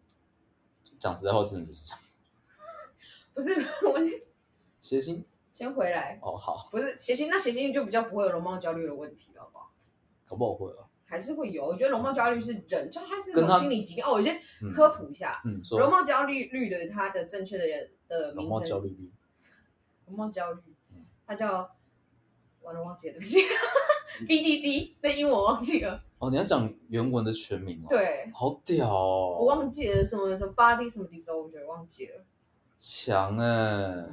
[SPEAKER 2] 讲实在话，真的就是这样，
[SPEAKER 1] 不是我们
[SPEAKER 2] 谐星
[SPEAKER 1] 先回来，
[SPEAKER 2] 哦好，
[SPEAKER 1] 不是谐星，那谐星就比较不会有容貌焦虑的问题了，好不好？
[SPEAKER 2] 搞不好会啊，
[SPEAKER 1] 还是会有，我觉得容貌焦虑是人，就它是一
[SPEAKER 2] 跟
[SPEAKER 1] 种
[SPEAKER 2] 他
[SPEAKER 1] 心理疾病。哦，我先
[SPEAKER 2] 嗯
[SPEAKER 1] 科普一下，
[SPEAKER 2] 嗯，说
[SPEAKER 1] 容貌焦虑率的它的正确的的
[SPEAKER 2] 容
[SPEAKER 1] 名
[SPEAKER 2] 貌
[SPEAKER 1] 称，
[SPEAKER 2] 焦虑率，
[SPEAKER 1] 容貌焦虑
[SPEAKER 2] 嗯，
[SPEAKER 1] 它叫，完了忘记了，对不起
[SPEAKER 2] 嗯
[SPEAKER 1] ，BDD，那英文我忘记了，
[SPEAKER 2] 哦，你要讲原文的全名哦，，
[SPEAKER 1] 对
[SPEAKER 2] 好屌哦，
[SPEAKER 1] 我忘记了什么什么 body 什么 disorder 忘记了，
[SPEAKER 2] 强哎、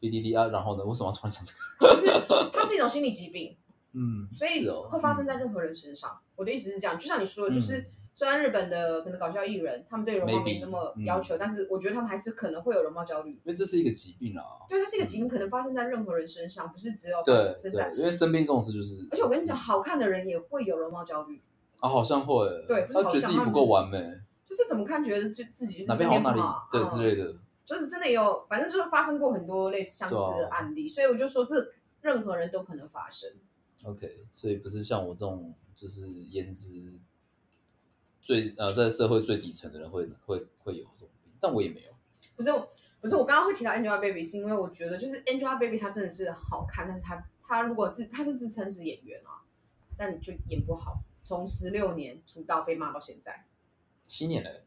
[SPEAKER 2] b d d 啊，然后呢？为什么要突然讲这个？
[SPEAKER 1] 就是它是一种心理疾病，
[SPEAKER 2] 嗯，
[SPEAKER 1] 所以
[SPEAKER 2] 是哦
[SPEAKER 1] 会发生在任何人身上。我的意思是这样，就像你说的，就是。虽然日本的可能搞笑艺人，他们对容貌没
[SPEAKER 2] Maybe，嗯
[SPEAKER 1] 那么要求，但是我觉得他们还是可能会有容貌焦虑。
[SPEAKER 2] 因为这是一个疾病啊。
[SPEAKER 1] 对，它是一个疾病，可能发生在任何人身上，不是只有
[SPEAKER 2] 对
[SPEAKER 1] 身上。
[SPEAKER 2] 对，嗯因为生病这种事就是，
[SPEAKER 1] 而且我跟你讲，好看的人也会有容貌焦虑，
[SPEAKER 2] 啊，好像会，
[SPEAKER 1] 对不是
[SPEAKER 2] 他
[SPEAKER 1] 好
[SPEAKER 2] 觉得
[SPEAKER 1] 像
[SPEAKER 2] 自己
[SPEAKER 1] 他
[SPEAKER 2] 不
[SPEAKER 1] 们
[SPEAKER 2] 够
[SPEAKER 1] 就是
[SPEAKER 2] 完美，
[SPEAKER 1] 就是怎么看觉得自自己就是
[SPEAKER 2] 哪边
[SPEAKER 1] 好嗯
[SPEAKER 2] 好哪里对之
[SPEAKER 1] 的、
[SPEAKER 2] 类的，
[SPEAKER 1] 就是真的有，反正就是发生过很多类似相似
[SPEAKER 2] 对
[SPEAKER 1] 的
[SPEAKER 2] 啊
[SPEAKER 1] 案例，所以我就说这任何人都可能发生。
[SPEAKER 2] OK，所以不是像我这种就是颜值最呃在社会最底层的人会会会有这种病，但我也没有。
[SPEAKER 1] 不是我不是我刚刚会提到 Angelababy，是因为我觉得就是 Angelababy 她真的是好看，但是她她如果自她是自称是演员啊，但就演不好，从十六年出道被骂到现在，
[SPEAKER 2] 七年了欸，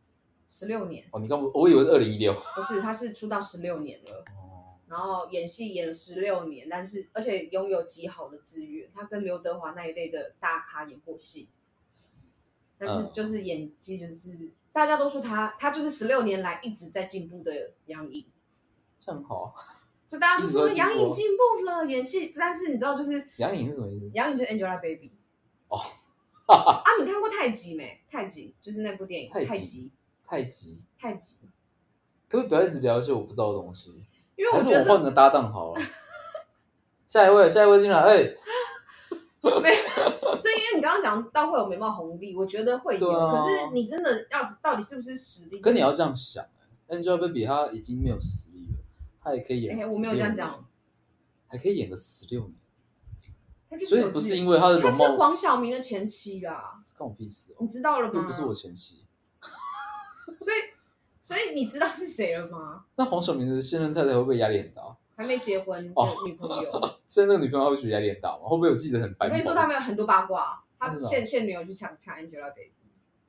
[SPEAKER 1] 十六年
[SPEAKER 2] 哦，你刚不我以为是二零一六。
[SPEAKER 1] 不是她是出道十六年了。
[SPEAKER 2] 哦，
[SPEAKER 1] 然后演戏演了十六年，但是而且拥有极好的资源，他跟刘德华那一类的大咖演过戏，但是
[SPEAKER 2] 嗯
[SPEAKER 1] 就是演技就是大家都说他他就是十六年来一直在进步的杨颖，
[SPEAKER 2] 这样好啊。
[SPEAKER 1] 这大家就说
[SPEAKER 2] 一直在进步啊
[SPEAKER 1] 杨颖进步了演戏，但是你知道就是
[SPEAKER 2] 杨颖是什么意思？
[SPEAKER 1] 杨颖就是 Angelababy
[SPEAKER 2] 哦，
[SPEAKER 1] 啊你看过太极没？太极就是那部电影
[SPEAKER 2] 太极
[SPEAKER 1] 太极
[SPEAKER 2] 太极，
[SPEAKER 1] 太极，
[SPEAKER 2] 可不可以不要一直聊一些我不知道的东西？
[SPEAKER 1] 因为
[SPEAKER 2] 还
[SPEAKER 1] 我
[SPEAKER 2] 是
[SPEAKER 1] 觉
[SPEAKER 2] 我
[SPEAKER 1] 得
[SPEAKER 2] 换个搭档好了。 下一位，下一位进来，哎、
[SPEAKER 1] 没有，所以因为你刚刚讲到会有美貌红利，我觉得会有，
[SPEAKER 2] 对啊
[SPEAKER 1] 可是你真的要到底是不是实力？
[SPEAKER 2] 跟你啊要这样想、欸、，Angelababy 她已经没有实力了，她也可以演、
[SPEAKER 1] 哎我没有这样讲，
[SPEAKER 2] 还可以演个十六年，
[SPEAKER 1] 他就
[SPEAKER 2] 所以
[SPEAKER 1] 有
[SPEAKER 2] 不
[SPEAKER 1] 自
[SPEAKER 2] 是
[SPEAKER 1] 己
[SPEAKER 2] 因为她的
[SPEAKER 1] 他
[SPEAKER 2] 容
[SPEAKER 1] 是
[SPEAKER 2] 貌，
[SPEAKER 1] 黄晓明的前妻啦，
[SPEAKER 2] 是关我屁事哦、
[SPEAKER 1] 你知道了
[SPEAKER 2] 又
[SPEAKER 1] 吗？
[SPEAKER 2] 不是我，前妻。
[SPEAKER 1] 所以所以你知道是谁了吗？
[SPEAKER 2] 那黄晓明的现任太太会不会压力很大？
[SPEAKER 1] 还没结婚
[SPEAKER 2] 哦
[SPEAKER 1] 的女朋友，我
[SPEAKER 2] 现在这个女朋友她会觉得压力很大吗？会不会有记者 很白目？
[SPEAKER 1] 跟你说，他们有很多八卦，他
[SPEAKER 2] 真的哦
[SPEAKER 1] 现现女友去抢抢 Angelababy，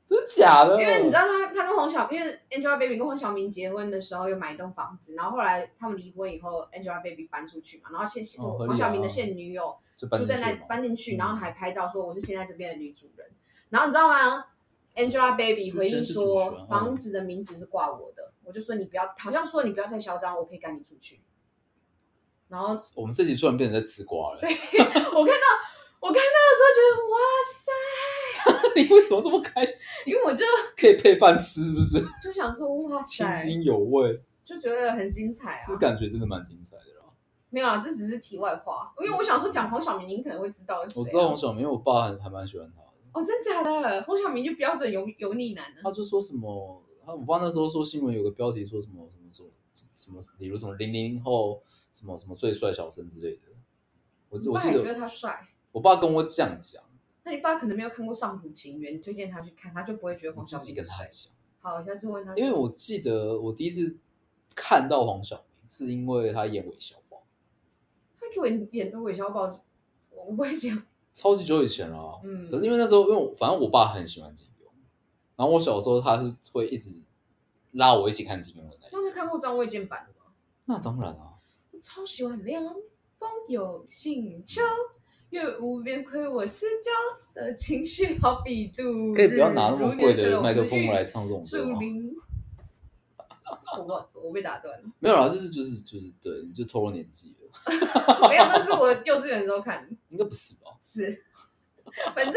[SPEAKER 2] 真的假的？
[SPEAKER 1] 因为你知道他他跟黄晓，因为 Angelababy 跟黄晓明结婚的时候有买一栋房子，然后后来他们离婚以后，Angelababy 搬出去嘛，然后现现
[SPEAKER 2] 哦合理啊
[SPEAKER 1] 黄晓明的现女友。
[SPEAKER 2] 就搬
[SPEAKER 1] 就
[SPEAKER 2] 进去
[SPEAKER 1] 在
[SPEAKER 2] 了
[SPEAKER 1] 那
[SPEAKER 2] 嘛
[SPEAKER 1] 搬进去，
[SPEAKER 2] 嗯
[SPEAKER 1] 然后还拍照说我是现在这边的女主人。然后你知道吗？Angelababy
[SPEAKER 2] 主持人
[SPEAKER 1] 回应
[SPEAKER 2] 是主持人
[SPEAKER 1] 说
[SPEAKER 2] 嗯
[SPEAKER 1] 房子的名字是挂我的，我就说你不要，好像说你不要太嚣张，我可以赶你出去。然 后
[SPEAKER 2] 我们这集突然变成在吃瓜了、
[SPEAKER 1] 我看到我看到的时候觉得哇塞，
[SPEAKER 2] 你为什么这么开心？
[SPEAKER 1] 因为我就
[SPEAKER 2] 可以配饭吃是 不是？
[SPEAKER 1] 就想说哇
[SPEAKER 2] 津
[SPEAKER 1] 塞，
[SPEAKER 2] 津有味，
[SPEAKER 1] 就觉得很精彩
[SPEAKER 2] 是
[SPEAKER 1] 啊。
[SPEAKER 2] 感觉真的蛮精彩的啦。
[SPEAKER 1] 没有啊，这只是题外话，因为我想说讲黄晓明，您可能会知道是
[SPEAKER 2] 嗯我
[SPEAKER 1] 谁
[SPEAKER 2] 知道
[SPEAKER 1] 啊、
[SPEAKER 2] 黄晓明，因为我爸还还蛮喜欢他的。
[SPEAKER 1] 哦，真假的，黄晓明就标准油油腻男啊。
[SPEAKER 2] 他就说什么，他我爸那时候说新闻有个标题说什么什么什么什么，比如什么零零后什么什么最帅小生之类的。我
[SPEAKER 1] 你
[SPEAKER 2] 我
[SPEAKER 1] 爸
[SPEAKER 2] 记
[SPEAKER 1] 也觉得
[SPEAKER 2] 得
[SPEAKER 1] 他帅。
[SPEAKER 2] 我爸跟我这样讲，
[SPEAKER 1] 那你爸可能没有看过《上古情缘》，推荐他去看，他就不会觉得
[SPEAKER 2] 我
[SPEAKER 1] 黄
[SPEAKER 2] 自
[SPEAKER 1] 晓
[SPEAKER 2] 己
[SPEAKER 1] 明
[SPEAKER 2] 跟
[SPEAKER 1] 是
[SPEAKER 2] 他
[SPEAKER 1] 谁。
[SPEAKER 2] 讲，
[SPEAKER 1] 好，下次问他。
[SPEAKER 2] 因为我记得我第一次看到黄晓明是因为他演韦小宝，
[SPEAKER 1] 他给我演的韦小宝是，我不会讲。
[SPEAKER 2] 超级久以前了、啊
[SPEAKER 1] 嗯
[SPEAKER 2] 可是因为那时候，因为我反正我爸很喜欢金庸，然后我小时候他是会一直拉我一起看金庸的那一
[SPEAKER 1] 那是
[SPEAKER 2] 种。
[SPEAKER 1] 看过张卫健版的吗？
[SPEAKER 2] 那当然啊，
[SPEAKER 1] 我超喜欢凉风有信秋，月无边亏我思娇的情绪好比度日。
[SPEAKER 2] 可以不要拿那么贵
[SPEAKER 1] 如年
[SPEAKER 2] 的
[SPEAKER 1] 少
[SPEAKER 2] 麦克
[SPEAKER 1] 之欲
[SPEAKER 2] 风来唱这种歌啊
[SPEAKER 1] 树
[SPEAKER 2] 吗？
[SPEAKER 1] 林。我忘我被打断了，
[SPEAKER 2] 没有啦，就是就是就是对，你就透露年纪了，
[SPEAKER 1] 没有，那是我幼稚园的时候看的，
[SPEAKER 2] 应该不是吧？
[SPEAKER 1] 是，反正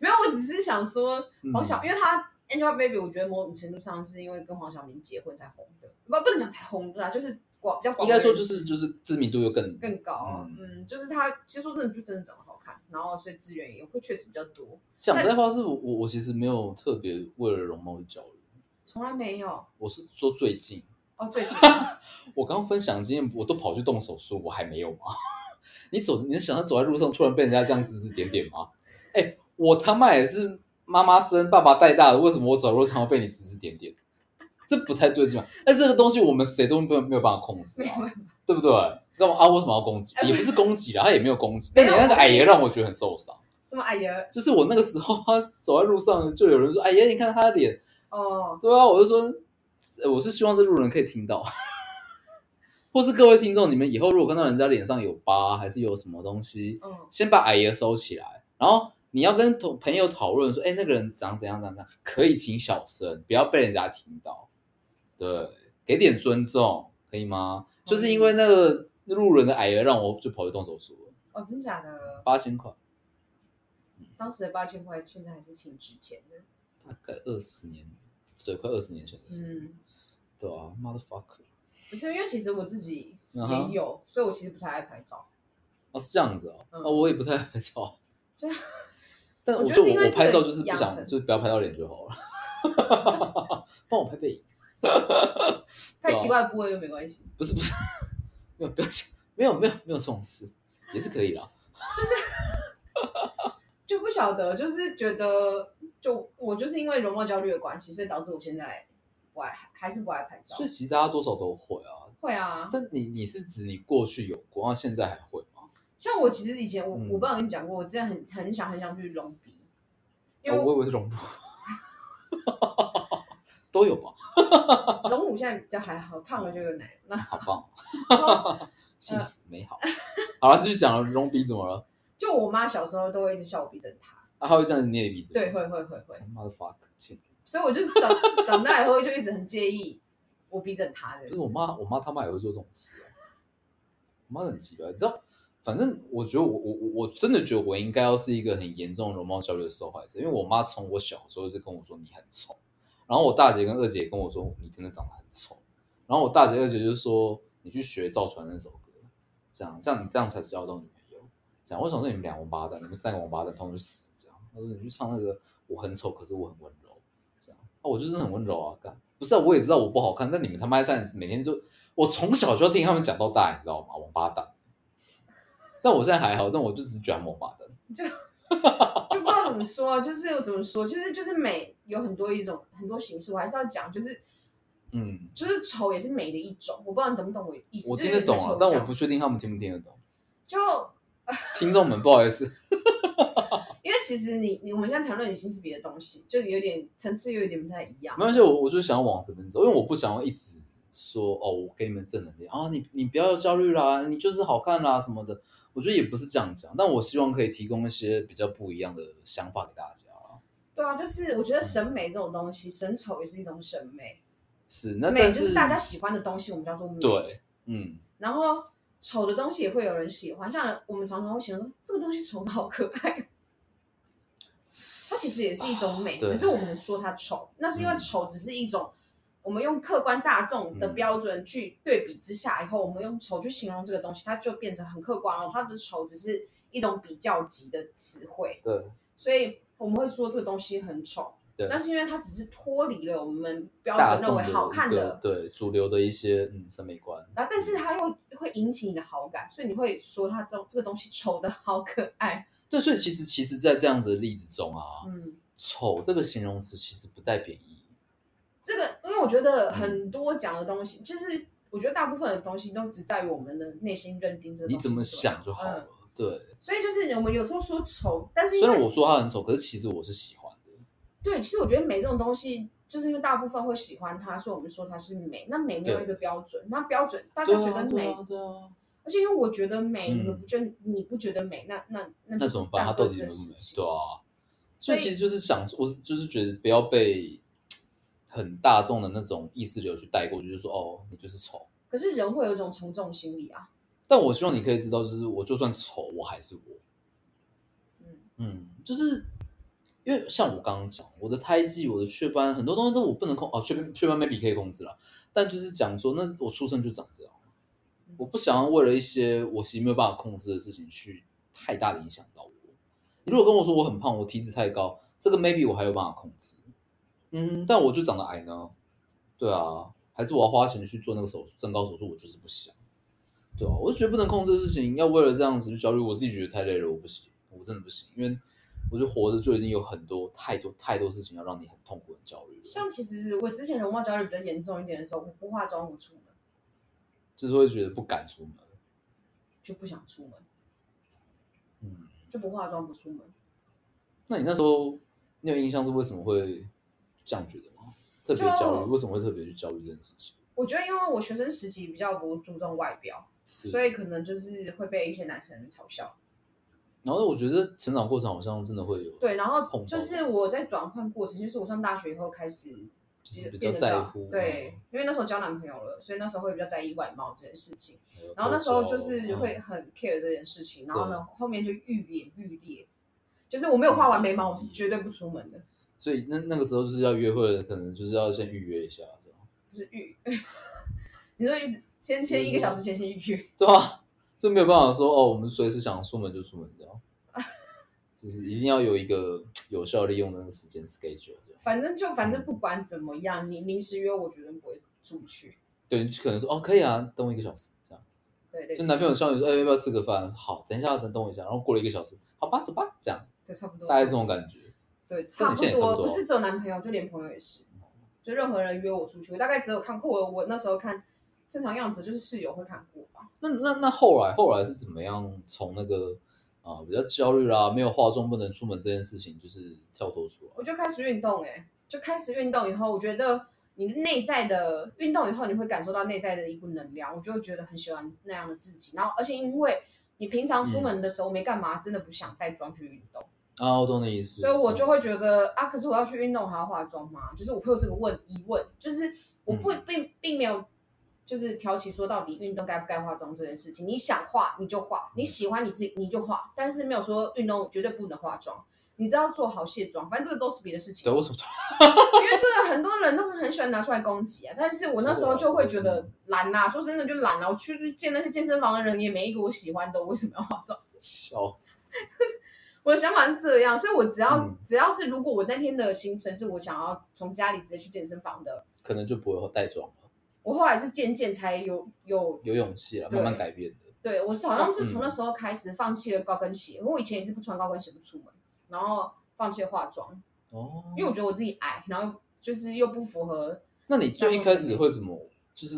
[SPEAKER 1] 没有，我只是想说
[SPEAKER 2] 嗯
[SPEAKER 1] 黄晓，因为他 Angelababy，我觉得某种程度上是因为跟黄晓明结婚才红的，不不能讲才红的啦，就是广比较广
[SPEAKER 2] 应
[SPEAKER 1] 为
[SPEAKER 2] 该
[SPEAKER 1] 人知，
[SPEAKER 2] 说就是就是知名度又更
[SPEAKER 1] 更高，
[SPEAKER 2] 嗯
[SPEAKER 1] 嗯就是他其实说真的就真的长得好看，然后所以资源也会确实比较多，
[SPEAKER 2] 讲这话是我我我其实没有特别为了容貌去焦虑，
[SPEAKER 1] 从来没有
[SPEAKER 2] 我是说最近
[SPEAKER 1] 哦，最近
[SPEAKER 2] 我刚分享的经验，我都跑去动手术，我还没有吗？ 你走，你想要走在路上突然被人家这样指指点点吗？哎、我他妈也是妈妈生爸爸带大的，为什么我走在路上要被你指指点点？这不太对劲吧？但哎这个东西我们谁都没有没有办法控制、
[SPEAKER 1] 没有
[SPEAKER 2] 啊
[SPEAKER 1] 办，
[SPEAKER 2] 对不对？那么啊，为什么要攻击
[SPEAKER 1] 哎？不
[SPEAKER 2] 也
[SPEAKER 1] 是
[SPEAKER 2] 不是攻击啦，他也没有攻击。
[SPEAKER 1] 没
[SPEAKER 2] 但
[SPEAKER 1] 有
[SPEAKER 2] 你那个矮爷让我觉得很受伤，
[SPEAKER 1] 什么哎呀
[SPEAKER 2] 就是我那个时候他走在路上，就有人说：“哎爷，你看他的脸。”
[SPEAKER 1] 哦，
[SPEAKER 2] 对啊，我就说，呃我是希望这路人可以听到， 或是各位听众，你们以后如果看到人家脸上有疤，还是有什么东西，
[SPEAKER 1] 嗯，
[SPEAKER 2] 先把矮爷收起来，然后你要跟同朋友讨论说，哎，那个人长怎样怎样怎样，可以请小声，不要被人家听到，对，给点尊重，可以吗？就是因为那个路人的矮爷让我就跑去动手术了，
[SPEAKER 1] 哦，真假的，
[SPEAKER 2] 八千块，
[SPEAKER 1] 当时的八千块现在还是挺值钱的，
[SPEAKER 2] 大概二十年，对，快二十年前的事，
[SPEAKER 1] 嗯，
[SPEAKER 2] 对啊，motherfucker，
[SPEAKER 1] 不是因为其实我自己
[SPEAKER 2] 嗯哼
[SPEAKER 1] 也有所以我其实不太爱拍照。
[SPEAKER 2] 哦，是这样子哦，
[SPEAKER 1] 嗯
[SPEAKER 2] 哦，我也不太爱拍照，
[SPEAKER 1] 就
[SPEAKER 2] 但
[SPEAKER 1] 我
[SPEAKER 2] 我
[SPEAKER 1] 觉得
[SPEAKER 2] 就是
[SPEAKER 1] 因为
[SPEAKER 2] 我
[SPEAKER 1] 这
[SPEAKER 2] 拍
[SPEAKER 1] 个
[SPEAKER 2] 照就是不
[SPEAKER 1] 养
[SPEAKER 2] 想，
[SPEAKER 1] 成
[SPEAKER 2] 就是不要拍到脸就好了， 帮我拍背影，啊
[SPEAKER 1] 太奇怪的部位就没关系，
[SPEAKER 2] 不是不是，没有不要想，没有没有没有这种事，也是可以
[SPEAKER 1] 嗯
[SPEAKER 2] 啦，
[SPEAKER 1] 就不晓得，就是觉得，就我就是因为容貌焦虑的关系，所以导致我现在不爱，还是不爱拍照
[SPEAKER 2] 所以。其实大家多少都会啊，
[SPEAKER 1] 会啊，
[SPEAKER 2] 但你你是指你过去有过，然后现在还会吗？
[SPEAKER 1] 像我其实以前我、
[SPEAKER 2] 嗯
[SPEAKER 1] 我不知道跟你讲过，我之前很很想很想去隆鼻，因为
[SPEAKER 2] 哦我以为是容貌， 都有吧，
[SPEAKER 1] 隆乳现在比较还好，胖了就有难。那
[SPEAKER 2] 好棒， 幸福美好，好了，继续讲了，隆鼻怎么了？
[SPEAKER 1] 就我妈小时候都会一直笑我鼻子很塌，
[SPEAKER 2] 啊，他会这样子捏你鼻子，
[SPEAKER 1] 对，会会会会，
[SPEAKER 2] ，motherfucker，亲
[SPEAKER 1] 所以我就是长长大以后就一直很介意我鼻子很塌的
[SPEAKER 2] 就
[SPEAKER 1] 事
[SPEAKER 2] 是。我妈，我妈他妈也会做这种事、啊。我妈很奇怪，你知道？反正我觉得我我我我真的觉得我应该要是一个很严重的容貌焦虑的受害者，因为我妈从我小时候就跟我说你很丑，然后我大姐跟二姐也跟我说你真的长得很丑，然后我大姐二姐就说你去学赵传那首歌，这样这样你这样才是交到女朋友。这样我想说你们俩王八蛋，你们三个王八蛋，通通去死这样。她说你去唱那个我很丑，可是我很温柔。这样啊，我就真的很温柔啊，干不是啊，我也知道我不好看，但你们他妈在每天就我从小就要听他们讲到大，你知道吗？王八蛋。但我现在还好，但我就只是觉得他们王八蛋。
[SPEAKER 1] 就不知道怎么说，啊就是怎么说，其实就是美有很多一种很多形式，我还是要讲，就是
[SPEAKER 2] 嗯，
[SPEAKER 1] 就是丑也是美的一种，我不知道你懂不懂我的意思。
[SPEAKER 2] 我
[SPEAKER 1] 就是
[SPEAKER 2] 听得懂啊
[SPEAKER 1] 有，点
[SPEAKER 2] 但
[SPEAKER 1] 抽
[SPEAKER 2] 我
[SPEAKER 1] 象
[SPEAKER 2] 不确定他们听不听得懂。
[SPEAKER 1] 就
[SPEAKER 2] 听众们，不好意思，
[SPEAKER 1] 因为其实你你我们现在谈论已经是别的东西，就有点层次有点不太一样
[SPEAKER 2] 没。关系，我我就想要往这边走，因为我不想要一直说哦，我给你们正能量啊，你你不要焦虑啦，你就是好看啦什么的。我觉得也不是这样讲，但我希望可以提供一些比较不一样的想法给大家啦。
[SPEAKER 1] 对啊，就是我觉得审美这种东西，审丑也是一种审美，
[SPEAKER 2] 是，那
[SPEAKER 1] 美
[SPEAKER 2] 但
[SPEAKER 1] 就是大家喜欢的东西，我们叫做美。，
[SPEAKER 2] 对，嗯，
[SPEAKER 1] 然后丑的东西也会有人喜欢，像我们常常会形容这个东西丑的好可爱。 它其实也是一种美，
[SPEAKER 2] 对
[SPEAKER 1] 只是我们说它丑，那是因为
[SPEAKER 2] 嗯
[SPEAKER 1] 丑只是一种、我们用客观大众的
[SPEAKER 2] 嗯
[SPEAKER 1] 标准去对比之下，以后我们用丑去形容这个东西，它就变成很客观哦。它的丑只是一种比较级的词汇，
[SPEAKER 2] 对，
[SPEAKER 1] 所以我们会说这个东西很丑。
[SPEAKER 2] 对
[SPEAKER 1] 那是因为它只是脱离了我们标
[SPEAKER 2] 大
[SPEAKER 1] 准认
[SPEAKER 2] 众
[SPEAKER 1] 为好看
[SPEAKER 2] 一
[SPEAKER 1] 的
[SPEAKER 2] 个对主流的一些嗯审美观，
[SPEAKER 1] 然后但是它又会引起你的好感，所以你会说它这这个东西丑的好可爱。
[SPEAKER 2] 对，所以其实其实，在这样子的例子中啊，
[SPEAKER 1] 嗯，
[SPEAKER 2] 丑这个形容词其实不带贬义，
[SPEAKER 1] 这个因为我觉得很多讲的东西，就是我觉得大部分的东西都只在于我们的内心认定这个
[SPEAKER 2] 你
[SPEAKER 1] 东西
[SPEAKER 2] 怎么
[SPEAKER 1] 嗯是什
[SPEAKER 2] 想就好了
[SPEAKER 1] 嗯。
[SPEAKER 2] 对，
[SPEAKER 1] 所以就是我们有时候说丑，但是因
[SPEAKER 2] 虽然
[SPEAKER 1] 为
[SPEAKER 2] 我说它很丑，可是其实我是喜欢的。
[SPEAKER 1] 对，其实我觉得美这种东西就是因为大部分会喜欢它，所以我们说它是美。那美没有
[SPEAKER 2] 对
[SPEAKER 1] 一个标准，那标准大家
[SPEAKER 2] 对
[SPEAKER 1] 觉
[SPEAKER 2] 啊
[SPEAKER 1] 得
[SPEAKER 2] 对
[SPEAKER 1] 美，嗯
[SPEAKER 2] 啊对啊，
[SPEAKER 1] 而且因为我觉得美，你们
[SPEAKER 2] 嗯
[SPEAKER 1] 不觉得你不觉得美，那那那
[SPEAKER 2] 那
[SPEAKER 1] 那
[SPEAKER 2] 怎么办？它到底有没有美？对啊，所
[SPEAKER 1] 所
[SPEAKER 2] 以
[SPEAKER 1] 以
[SPEAKER 2] 其实就是想，我是就是觉得不要被很大众的那种意识流去带过，就是说哦，你就是丑。
[SPEAKER 1] 可是人会有一种从众心理啊，
[SPEAKER 2] 但我希望你可以知道，就是我就算丑，我还是我。
[SPEAKER 1] 嗯，
[SPEAKER 2] 嗯，就是因为像我刚刚讲，我的胎记、我的雀斑，很多东西都我不能控哦，雀斑雀斑 maybe 可以控制啦，但就是讲说，那是我出生就长这样，我不想要为了一些我其实没有办法控制的事情去太大的影响到我。你如果跟我说我很胖，我体脂太高，这个 maybe 我还有办法控制，嗯，但我就长得矮呢，对啊，还是我要花钱去做那个手术，增高手术，我就是不想。对啊，我就觉得不能控制的事情，要为了这样子去焦虑，我自己觉得太累了，我不行，我真的不行，因为我就活着就已经有很多太多太多事情要让你很痛苦、很焦虑了，
[SPEAKER 1] 像其实我之前容貌焦虑比较严重一点的时候，我不化妆不出门，
[SPEAKER 2] 就是会觉得不敢出门。
[SPEAKER 1] 就不想出门，
[SPEAKER 2] 嗯，
[SPEAKER 1] 就不化妆不出门。
[SPEAKER 2] 那你那时候你有印象是为什么会这样觉得吗？特别焦虑，为什么会特别去焦虑这件事情？
[SPEAKER 1] 我觉得因为我学生时期比较不注重外表，
[SPEAKER 2] 是，
[SPEAKER 1] 所以可能就是会被一些男生嘲笑。
[SPEAKER 2] 然后我觉得成长过程好像真的会有，
[SPEAKER 1] 对，然
[SPEAKER 2] 碰
[SPEAKER 1] 后
[SPEAKER 2] 到
[SPEAKER 1] 就是我在转换过程，就是我上大学以后开始
[SPEAKER 2] 就是比较
[SPEAKER 1] 变得
[SPEAKER 2] 在乎，嗯
[SPEAKER 1] 对，因为那时候交男朋友了，所以那时候会比较在意外貌这件事情。然后那时候
[SPEAKER 2] 啊
[SPEAKER 1] 就是会
[SPEAKER 2] 嗯
[SPEAKER 1] 很 care 这件事情，然后呢后面就愈演愈烈，就是我没有画完眉毛，我是绝对不出门的，
[SPEAKER 2] 所以那那个时候就是要约会，可能就是要先预约一下，这样
[SPEAKER 1] 就是预。 你说一先先一个小时前先预约，
[SPEAKER 2] 对啊，就没有办法说哦，我们随时想出门就出门 这样，就是一定要有一个有效利用的那个时间 schedule 这样。
[SPEAKER 1] 反正就反正不管怎么样，你临时约我绝对不会出不去。
[SPEAKER 2] 对，你可能说哦可以啊，等我一个小时这样。
[SPEAKER 1] 对对，
[SPEAKER 2] 就男朋友叫你说哎要不要吃个饭？好，等一下等等我一下，然后过了一个小时，好吧走吧，这样
[SPEAKER 1] 对差不多，
[SPEAKER 2] 大概这种感觉。
[SPEAKER 1] 对差不
[SPEAKER 2] 现在也差不
[SPEAKER 1] 多，
[SPEAKER 2] 多
[SPEAKER 1] 不是只有男朋友，就连朋友也是，就任何人约我出去，我大概只有看过我我那时候看正常样子就是室友会看过吧，
[SPEAKER 2] 那那那后来后来是怎么样从那个啊、比较焦虑啦，没有化妆不能出门这件事情，就是跳脱出来？
[SPEAKER 1] 我就开始运动、欸，就开始运动以后，我觉得你内在的运动以后，你会感受到内在的一股能量，我就会觉得很喜欢那样的自己。然后，而且因为你平常
[SPEAKER 2] 嗯
[SPEAKER 1] 出门的时候没干嘛，真的不想带妆去运动，
[SPEAKER 2] 啊，我懂你意思。
[SPEAKER 1] 所以我就
[SPEAKER 2] 嗯
[SPEAKER 1] 会觉得啊，可是我要去运动还要化妆吗？就是我会有这个问疑问，就是我不
[SPEAKER 2] 嗯
[SPEAKER 1] 并并没有。就是挑起说到底运动该不该化妆这件事情，你想化你就化，
[SPEAKER 2] 嗯
[SPEAKER 1] 你喜欢你自己你就化，但是没有说运动绝对不能化妆，你只要做好卸妆，反正这个都是别的事情。啊
[SPEAKER 2] 对，为什么
[SPEAKER 1] 因为这个很多人都很喜欢拿出来攻击啊，但是我那时候就会觉
[SPEAKER 2] 哦
[SPEAKER 1] 得懒呐、说真的就懒了、啊我去见那些健身房的人，也没一个我喜欢的，我为什么要化妆？
[SPEAKER 2] 笑死？
[SPEAKER 1] 我的想法是这样，所以我只要、
[SPEAKER 2] 嗯
[SPEAKER 1] 只要是如果我那天的行程是我想要从家里直接去健身房的，
[SPEAKER 2] 可能就不会带妆了，
[SPEAKER 1] 我后来是渐渐才有有，
[SPEAKER 2] 有勇气了，
[SPEAKER 1] 对
[SPEAKER 2] 慢慢改变的。
[SPEAKER 1] 对我是好像是
[SPEAKER 2] 嗯
[SPEAKER 1] 从那时候开始放弃了高跟鞋，因为我以前也是不穿高跟鞋不出门，然后放弃了化妆，
[SPEAKER 2] 哦，
[SPEAKER 1] 因为我觉得我自己矮，然后就是又不符合
[SPEAKER 2] 那你最一开始会怎么？就是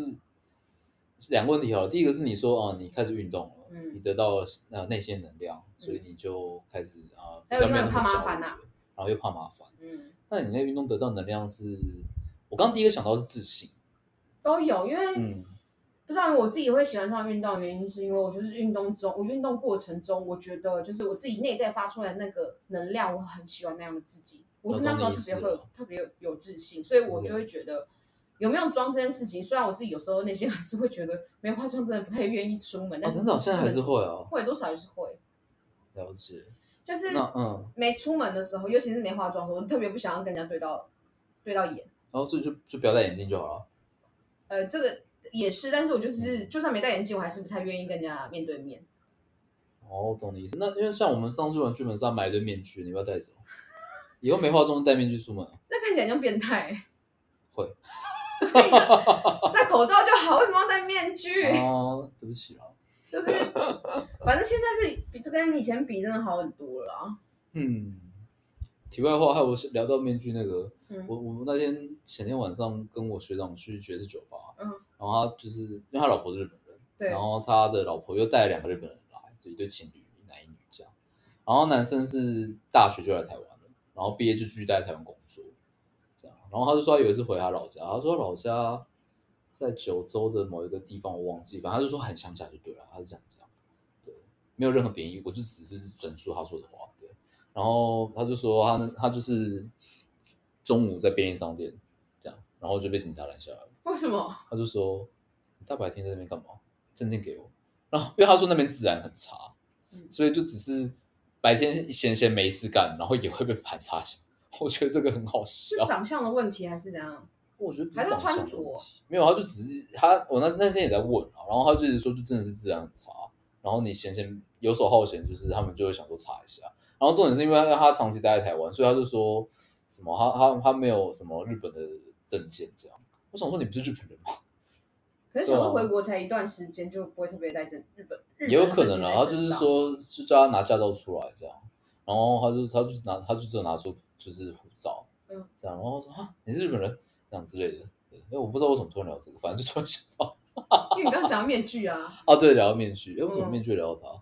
[SPEAKER 2] 两个问题好了，第一个是你说哦，你开始运动了，
[SPEAKER 1] 嗯
[SPEAKER 2] 你得到了呃内些能量，所以你就开始啊、
[SPEAKER 1] 还
[SPEAKER 2] 呃，
[SPEAKER 1] 有
[SPEAKER 2] 比较没有
[SPEAKER 1] 因为
[SPEAKER 2] 那
[SPEAKER 1] 怕
[SPEAKER 2] 么
[SPEAKER 1] 麻
[SPEAKER 2] 焦虑
[SPEAKER 1] 烦
[SPEAKER 2] 了
[SPEAKER 1] 啊
[SPEAKER 2] 然后又怕麻烦。
[SPEAKER 1] 嗯。
[SPEAKER 2] 那你那运动得到能量是，我刚第一个想到是自信，
[SPEAKER 1] 都有，因为
[SPEAKER 2] 嗯
[SPEAKER 1] 不知道我自己会喜欢上运动，的原因是因为我就是运动中，我运动过程中，我觉得就是我自己内在发出来的那个能量，我很喜欢那样的自己。我
[SPEAKER 2] 哦
[SPEAKER 1] 那时候
[SPEAKER 2] 懂你
[SPEAKER 1] 特
[SPEAKER 2] 意
[SPEAKER 1] 别
[SPEAKER 2] 思
[SPEAKER 1] 会有
[SPEAKER 2] 了
[SPEAKER 1] 特别有有自信，所以我
[SPEAKER 2] OK
[SPEAKER 1] 就会觉得有没有妆这件事情，虽然我自己有时候内心还是会觉得没化妆真的不太愿意出门，
[SPEAKER 2] 啊，
[SPEAKER 1] 但是
[SPEAKER 2] 真的哦、现在还是会哦，
[SPEAKER 1] 会多少还是会，
[SPEAKER 2] 了解。
[SPEAKER 1] 就是
[SPEAKER 2] 那嗯，
[SPEAKER 1] 没出门的时候，尤其是没化妆的时候，我特别不想要跟人家对到对到眼。
[SPEAKER 2] 然后所以就就不要戴眼镜就好了。
[SPEAKER 1] 呃，这个也是，但是我
[SPEAKER 2] 嗯
[SPEAKER 1] 就是就算没戴眼镜，我还是不太愿意跟人家面对面。
[SPEAKER 2] 哦，懂你意思。那因为像我们上次玩剧本杀买一堆面具，你不要 带走，以后没化妆就戴面具出门啊。
[SPEAKER 1] 那看起来像变态、
[SPEAKER 2] 会。
[SPEAKER 1] 戴口罩就好，为什么要戴面具？
[SPEAKER 2] 哦，对不起啦。
[SPEAKER 1] 就是，反正现在是比这跟以前比真的好很多了啊。
[SPEAKER 2] 嗯，题外话，还有我是聊到面具那个，
[SPEAKER 1] 嗯
[SPEAKER 2] 我我那天前天晚上跟我学长去爵士酒吧，
[SPEAKER 1] 嗯，
[SPEAKER 2] 然后他就是因为他老婆是日本人，
[SPEAKER 1] 对，
[SPEAKER 2] 然后他的老婆又带了两个日本人来，就一对情侣，一男一女这样。然后男生是大学就来台湾了，然后毕业就继续待在台湾工作，这样。然然后他就说他有一次回他老家，他说老家在九州的某一个地方，我忘记，反正他就说很乡下就对了，他是这样讲，对，没有任何贬义，我就只是转述他说的话，对。然后他就说他那他就是中午在便利商店这样，然后就被警察拦下来了。
[SPEAKER 1] 为什么？
[SPEAKER 2] 他就说：“你大白天在那边干嘛？证件给我。”然后因为他说那边治安很差
[SPEAKER 1] 嗯，
[SPEAKER 2] 所以就只是白天闲闲没事干，然后也会被盘查。我觉得这个很好
[SPEAKER 1] 是
[SPEAKER 2] 笑。
[SPEAKER 1] 长相的问题还是怎样？
[SPEAKER 2] 我觉得不
[SPEAKER 1] 还是
[SPEAKER 2] 长相
[SPEAKER 1] 穿
[SPEAKER 2] 的
[SPEAKER 1] 着
[SPEAKER 2] 问题没有，他就只是他我那那天也在问啊，然后他就是说就真的是治安很差，然后你闲闲游手好闲，就是他们就会想说查一下。然后重点是因为他长期待在台湾，所以他就说什么他他他没有什么日本的证件这样。我想说你不是日本人吗？
[SPEAKER 1] 可是想说
[SPEAKER 2] 对啊
[SPEAKER 1] 回国才一段时间，就不会特别带着日本，日本
[SPEAKER 2] 也有
[SPEAKER 1] 的
[SPEAKER 2] 可
[SPEAKER 1] 证件
[SPEAKER 2] 能啊，
[SPEAKER 1] 在
[SPEAKER 2] 他
[SPEAKER 1] 身
[SPEAKER 2] 就是
[SPEAKER 1] 上，
[SPEAKER 2] 说，就叫他拿驾照出来这样，然后他就他就拿他就只有拿出就是护照，
[SPEAKER 1] 嗯，
[SPEAKER 2] 这样，然后说啊你是日本人这样之类的，对，因为我不知道为什么突然聊这个，反正就突然想到
[SPEAKER 1] 因为你刚刚讲面具啊，
[SPEAKER 2] 啊，对，聊到面具，哎，为什么
[SPEAKER 1] 嗯
[SPEAKER 2] 面具聊到他？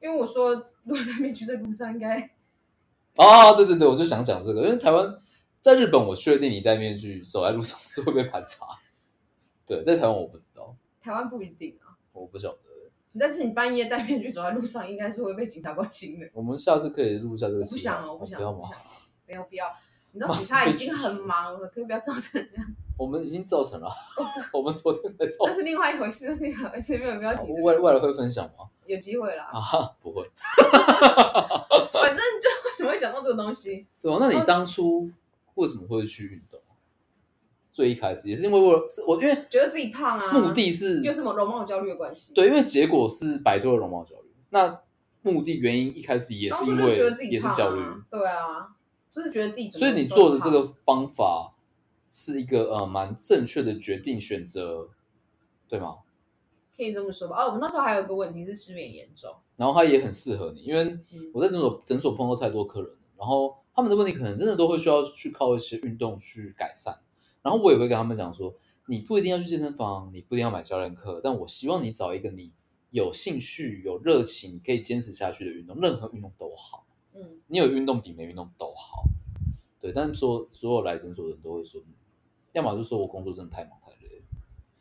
[SPEAKER 1] 因为我说如果戴面具在路上应该
[SPEAKER 2] 啊，对对对，我就想讲这个，因为台湾在日本，我确定你戴面具走在路上是会被盘查，对，在台湾我不知道，
[SPEAKER 1] 台湾不一定啊，
[SPEAKER 2] 我不晓得，
[SPEAKER 1] 但是你半夜戴面具走在路上，应该是会被警察关心的。
[SPEAKER 2] 我们下次可以录一下这个
[SPEAKER 1] 我
[SPEAKER 2] 系
[SPEAKER 1] 不
[SPEAKER 2] 列，
[SPEAKER 1] 想哦，我
[SPEAKER 2] 哦
[SPEAKER 1] 不想，
[SPEAKER 2] 不要
[SPEAKER 1] 我不
[SPEAKER 2] 吗
[SPEAKER 1] 想？，没有必要。你知道
[SPEAKER 2] 马
[SPEAKER 1] 警
[SPEAKER 2] 上
[SPEAKER 1] 察
[SPEAKER 2] 被
[SPEAKER 1] 已经
[SPEAKER 2] 拒
[SPEAKER 1] 很
[SPEAKER 2] 绝
[SPEAKER 1] 忙了，可以不要造成人家，
[SPEAKER 2] 我们已经造成了，
[SPEAKER 1] 哦
[SPEAKER 2] 我们昨天才造
[SPEAKER 1] 那
[SPEAKER 2] 成
[SPEAKER 1] 是。另外一回事，那是另外一回事，没有不要紧
[SPEAKER 2] 外
[SPEAKER 1] 的，
[SPEAKER 2] 外来会分享吗？
[SPEAKER 1] 有机会啦。
[SPEAKER 2] 啊，不会。
[SPEAKER 1] 反正就为什么会讲到这个东西？
[SPEAKER 2] 对啊，那
[SPEAKER 1] 哦
[SPEAKER 2] 你当初为什么会去运动？啊最一开始也是因为为了是我，因为
[SPEAKER 1] 觉得自己胖啊，
[SPEAKER 2] 目的是、
[SPEAKER 1] 又是某容貌焦虑的关系。，
[SPEAKER 2] 对，因为结果是摆脱了容貌焦虑。那目的原因一开始也
[SPEAKER 1] 当
[SPEAKER 2] 是
[SPEAKER 1] 初
[SPEAKER 2] 因
[SPEAKER 1] 就
[SPEAKER 2] 为
[SPEAKER 1] 觉得自己
[SPEAKER 2] 也是
[SPEAKER 1] 胖啊
[SPEAKER 2] 焦虑，
[SPEAKER 1] 对啊，就是觉得自己怎么
[SPEAKER 2] 所以你
[SPEAKER 1] 都
[SPEAKER 2] 做的
[SPEAKER 1] 胖
[SPEAKER 2] 这个方法是一个呃蛮正确的决定选择，对吗？
[SPEAKER 1] 可以这么说吧。哦，我们那时候还有一个问题是失眠严重，
[SPEAKER 2] 然后它也很适合你，因为
[SPEAKER 1] 嗯
[SPEAKER 2] 我在诊所诊所碰到太多客人，然后他们的问题可能真的都会需要去靠一些运动去改善。然后我也会跟他们讲说，你不一定要去健身房，你不一定要买教练课，但我希望你找一个你有兴趣、有热情、你可以坚持下去的运动，任何运动都好。
[SPEAKER 1] 嗯，
[SPEAKER 2] 你有运动比没运动都好。对，但是说所有来诊所的人都会说，嗯要么就说我工作真的太忙太累了，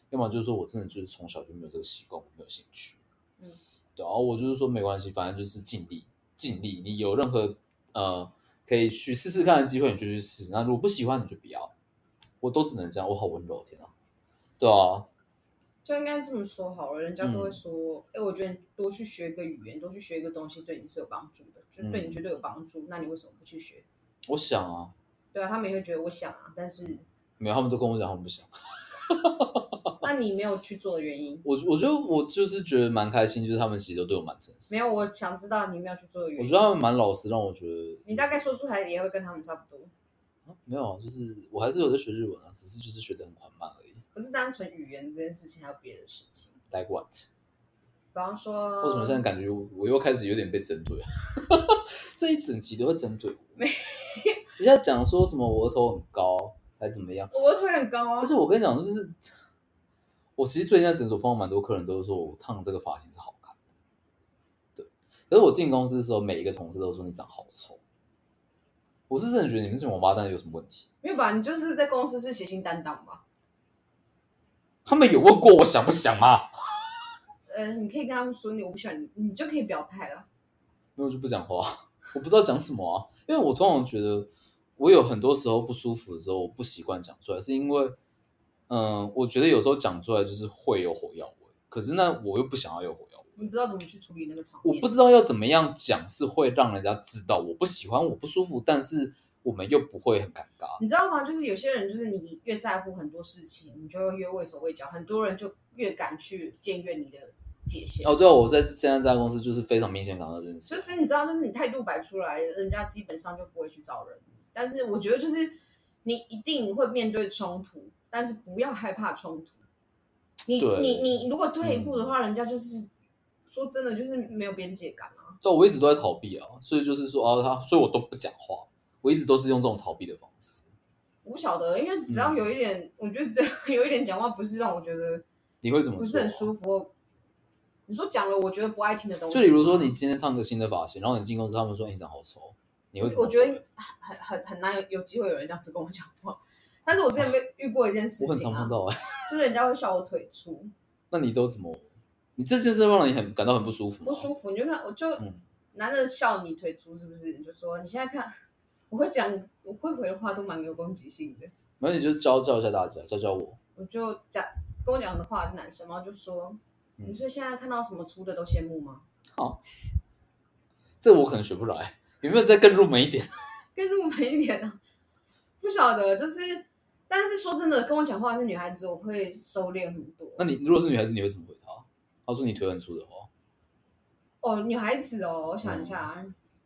[SPEAKER 2] 要么就是说我真的就是从小就没有这个习惯，我没有兴趣。
[SPEAKER 1] 嗯，
[SPEAKER 2] 对，然后我就是说没关系，反正就是尽力尽力，你有任何呃可以去试试看的机会，你就去试。那如果不喜欢，你就不要。我都只能这样，我好温柔，天啊！对啊，
[SPEAKER 1] 就应该这么说好了。人家都会
[SPEAKER 2] 嗯
[SPEAKER 1] 说，哎、我觉得你多去学一个语言，多去学一个东西，对你是有帮助的，
[SPEAKER 2] 嗯
[SPEAKER 1] 就对你绝对有帮助。那你为什么不去学？
[SPEAKER 2] 我想啊，
[SPEAKER 1] 对啊，他们也会觉得我想啊，但是
[SPEAKER 2] 没有，他们都跟我讲他们不想。
[SPEAKER 1] 那你没有去做的原因，
[SPEAKER 2] 我我觉得我就是觉得蛮开心，就是他们其实都对我蛮诚实
[SPEAKER 1] 没。有，我想知道你没有去做的原
[SPEAKER 2] 我
[SPEAKER 1] 因。
[SPEAKER 2] 觉得他们蛮老实，让我觉得
[SPEAKER 1] 你大概说出来也会跟他们差不多，
[SPEAKER 2] 啊没有啊，就是我还是有在学日文啊，只是就是学的很缓慢而已。
[SPEAKER 1] 不是单纯语言这件事情，还有别的事情，比
[SPEAKER 2] Like what？
[SPEAKER 1] 方说，
[SPEAKER 2] 为什么现在感觉我我又开始有点被针对？ 这一整集都在针对我。
[SPEAKER 1] 没
[SPEAKER 2] 你现在讲说什么我额头很高还怎么样？
[SPEAKER 1] 我的腿很高啊
[SPEAKER 2] 而？且我跟你讲，就是我其实最近在诊所碰到蛮多客人，都是说我烫这个发型是好看的。对，可是我进公司的时候，每一个同事都说你长好丑。我是真的觉得你们这种王八蛋有什么问题？
[SPEAKER 1] 没有吧？你就是在公司是谐星担当吧？
[SPEAKER 2] 他们有问过我想不想吗？
[SPEAKER 1] 呃，你可以跟他们说你我不喜欢你，你就可以表态了。
[SPEAKER 2] 那我就不讲话，我不知道讲什么啊，因为我通常觉得我有很多时候不舒服的时候，我不习惯讲出来，是因为，嗯、我觉得有时候讲出来就是会有火药味，可是那我又不想要有火药味，
[SPEAKER 1] 你不知道怎么去处理那个场
[SPEAKER 2] 我
[SPEAKER 1] 面，
[SPEAKER 2] 不知道要怎么样讲是会让人家知道我不喜欢，我不舒服，但是我们又不会很尴尬，
[SPEAKER 1] 你知道吗？就是有些人，就是你越在乎很多事情，你就会越畏手畏脚，很多人就越敢去僭越你的界限。
[SPEAKER 2] 哦，对啊，我在现在这家公司就是非常明显感到这件事，
[SPEAKER 1] 就是你知道，就是你态度摆出来，人家基本上就不会去找人。但是我觉得，就是你一定会面对冲突，但是不要害怕冲突。你
[SPEAKER 2] 对嗯
[SPEAKER 1] 你你，如果退一步的话，人家就是说真的，就是没有边界感啊。
[SPEAKER 2] 对啊，我一直都在逃避啊，所以就是说啊，他，所以我都不讲话，我一直都是用这种逃避的方式，
[SPEAKER 1] 我不晓得，因为
[SPEAKER 2] 嗯
[SPEAKER 1] 只要有一点，我觉得 有一点讲话不是让我觉得
[SPEAKER 2] 你会怎么
[SPEAKER 1] 不是
[SPEAKER 2] 做
[SPEAKER 1] 很
[SPEAKER 2] 啊
[SPEAKER 1] 舒服。你说讲了，我觉得不爱听的东西，
[SPEAKER 2] 就比如说你今天烫个新的发型，然后你进公司，他们说哎你长好丑，你会怎么
[SPEAKER 1] 我
[SPEAKER 2] 回？
[SPEAKER 1] 觉得很很很难有有机会有人这样子跟我讲话。但是我之前被遇过一件事
[SPEAKER 2] 我很
[SPEAKER 1] 情
[SPEAKER 2] 常
[SPEAKER 1] 啊
[SPEAKER 2] 碰，到哎、
[SPEAKER 1] 就是人家会笑我腿粗，
[SPEAKER 2] 那你都怎么？你这件事让你很感到很不舒服吗？
[SPEAKER 1] 不舒服，你就看我就
[SPEAKER 2] 嗯
[SPEAKER 1] 男的笑你腿粗是不是？你就说你现在看，我会讲我会回的话都蛮有攻击性的，
[SPEAKER 2] 没有，你就教教一下大家，教教我。
[SPEAKER 1] 我就讲跟我讲的话是男生嘛，然后就说
[SPEAKER 2] 嗯
[SPEAKER 1] 你说现在看到什么粗的都羡慕吗？
[SPEAKER 2] 这我可能学不来，有没有再更入门一点？
[SPEAKER 1] 更入门一点啊，不晓得就是，但是说真的，跟我讲话是女孩子，我会收敛很多。
[SPEAKER 2] 那你如果是女孩子，你会怎么回她？她说你腿很粗的话，
[SPEAKER 1] 哦，女孩子哦，我
[SPEAKER 2] 嗯
[SPEAKER 1] 想一下，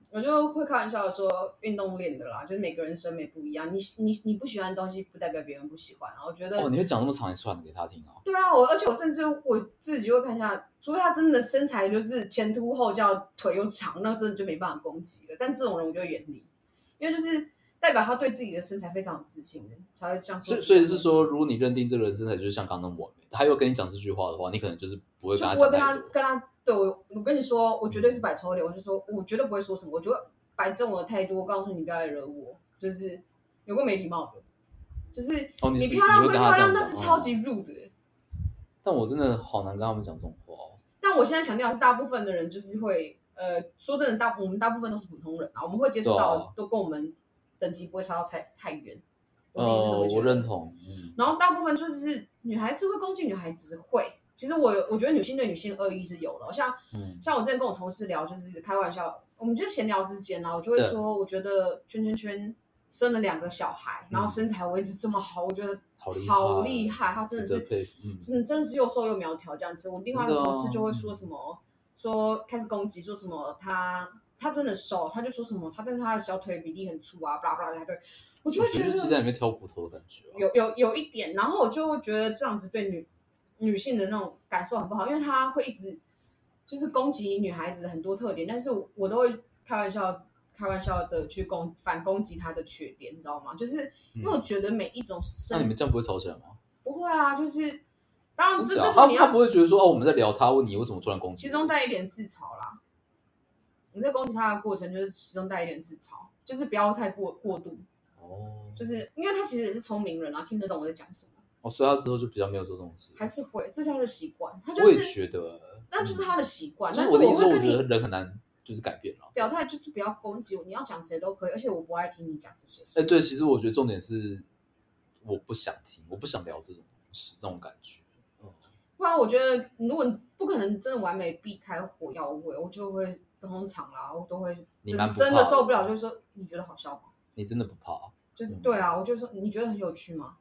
[SPEAKER 1] 我就会开玩笑的说，运动练的啦，就是每个人审美不一样，你你你不喜欢的东西，不代表别人不喜欢。我觉得，
[SPEAKER 2] 哦，你会讲那么长一串给她听哦。
[SPEAKER 1] 对啊，我而且我甚至我自己会看一下，除非他真的身材就是前凸后翘，腿又长，那真的就没办法攻击了。但这种人我就会远离，因为就是代表他对自己的身材非常有自信的，才会这样做
[SPEAKER 2] 所以
[SPEAKER 1] 出
[SPEAKER 2] 所以是
[SPEAKER 1] 攻击
[SPEAKER 2] 说，如果你认定这个人身材就是像刚刚那么完美，他又跟你讲这句话的话，你可能就是不会
[SPEAKER 1] 就
[SPEAKER 2] 跟他
[SPEAKER 1] 不会
[SPEAKER 2] 讲
[SPEAKER 1] 跟他
[SPEAKER 2] 太多。
[SPEAKER 1] 跟他对我，我跟你说，我绝对是摆臭脸，我就说我绝对不会说什么，我就会摆正我的态度，我告诉你你不要来惹我，就是有个没礼貌的，就是
[SPEAKER 2] 哦你你
[SPEAKER 1] 漂亮
[SPEAKER 2] 你
[SPEAKER 1] 归
[SPEAKER 2] 会跟他
[SPEAKER 1] 漂亮，
[SPEAKER 2] 这样
[SPEAKER 1] 但
[SPEAKER 2] 讲
[SPEAKER 1] 是
[SPEAKER 2] 哦
[SPEAKER 1] 超级 rude 的。
[SPEAKER 2] 但我真的好难跟他们讲这种话哦。
[SPEAKER 1] 但我现在强调的是，大部分的人就是会，呃，说真的，大我们大部分都是普通人啊，我们会接触到
[SPEAKER 2] 对啊
[SPEAKER 1] 的都跟我们等级不会差到太太远。我自己是这
[SPEAKER 2] 呃
[SPEAKER 1] 么，觉
[SPEAKER 2] 我
[SPEAKER 1] 得。
[SPEAKER 2] 认同。嗯，
[SPEAKER 1] 然后大部分就是女孩子会攻击女孩子会，其实我我觉得女性对女性的恶意是有的，像、
[SPEAKER 2] 嗯
[SPEAKER 1] 像我之前跟我同事聊，就是开玩笑，我们就闲聊之间啊啦，我就会
[SPEAKER 2] 对
[SPEAKER 1] 说，我觉得圈圈圈生了两个小孩，然后身材维持这么好，我觉得
[SPEAKER 2] 嗯好厉害，
[SPEAKER 1] 好厉害，他真的
[SPEAKER 2] 值
[SPEAKER 1] 是
[SPEAKER 2] 得佩服。嗯，
[SPEAKER 1] 嗯，真的是又瘦又苗条这样子。我另外一
[SPEAKER 2] 真
[SPEAKER 1] 个
[SPEAKER 2] 的
[SPEAKER 1] 同
[SPEAKER 2] 哦
[SPEAKER 1] 事就会说什么，说开始攻击，说什么他他真的瘦，他就说什么他，但是他的小腿比例很粗啊，巴拉巴拉一大堆，我就
[SPEAKER 2] 我
[SPEAKER 1] 会
[SPEAKER 2] 觉
[SPEAKER 1] 觉
[SPEAKER 2] 得
[SPEAKER 1] 得
[SPEAKER 2] 是鸡蛋里面挑骨头的感觉、啊。
[SPEAKER 1] 有有有一点，然后我就觉得这样子对女女性的那种感受很不好，因为他会一直就是攻击女孩子的很多特点，但是我我都会开玩笑开玩笑的去攻反攻击她的缺点，你知道吗？就是因为我觉得每一种
[SPEAKER 2] 嗯那
[SPEAKER 1] 生、
[SPEAKER 2] 你们这样不会吵起来吗？
[SPEAKER 1] 不会啊，就是当然这
[SPEAKER 2] 真假
[SPEAKER 1] 这时
[SPEAKER 2] 他
[SPEAKER 1] 候你
[SPEAKER 2] 他
[SPEAKER 1] 要
[SPEAKER 2] 不会觉得说哦，我们在聊他，问你为什么突然攻击
[SPEAKER 1] 其
[SPEAKER 2] 我？
[SPEAKER 1] 中带一点自嘲啦。你在攻击他的过程，就是其中带一点自嘲，就是不要太过过度，
[SPEAKER 2] 哦，
[SPEAKER 1] 就是因为他其实也是聪明人啊，听得懂我在讲什么，
[SPEAKER 2] 哦，所以他之后就比较没有做这种事。
[SPEAKER 1] 还是会，这是他的习惯，他就
[SPEAKER 2] 我也
[SPEAKER 1] 是
[SPEAKER 2] 觉得，
[SPEAKER 1] 那就是他的习惯。
[SPEAKER 2] 嗯。
[SPEAKER 1] 但
[SPEAKER 2] 就是是的意思
[SPEAKER 1] 会
[SPEAKER 2] 说，我
[SPEAKER 1] 跟
[SPEAKER 2] 觉得
[SPEAKER 1] 你
[SPEAKER 2] 人很难就是改变了。
[SPEAKER 1] 表态，就是不要攻击我，你要讲谁都可以，而且我不爱听你讲这些事。
[SPEAKER 2] 哎，对，其实我觉得重点是我不想听，我不想聊这种东西，那种感觉。嗯
[SPEAKER 1] 不然我觉得，如果你不可能真的完美避开火药味，我就会通常啦，我都会
[SPEAKER 2] 你
[SPEAKER 1] 真
[SPEAKER 2] 蛮不
[SPEAKER 1] 真的
[SPEAKER 2] 怕
[SPEAKER 1] 受
[SPEAKER 2] 的
[SPEAKER 1] 不了，就说你觉得好笑吗？
[SPEAKER 2] 你真的不怕？
[SPEAKER 1] 就是
[SPEAKER 2] 嗯
[SPEAKER 1] 对啊，我就说你觉得很有趣吗？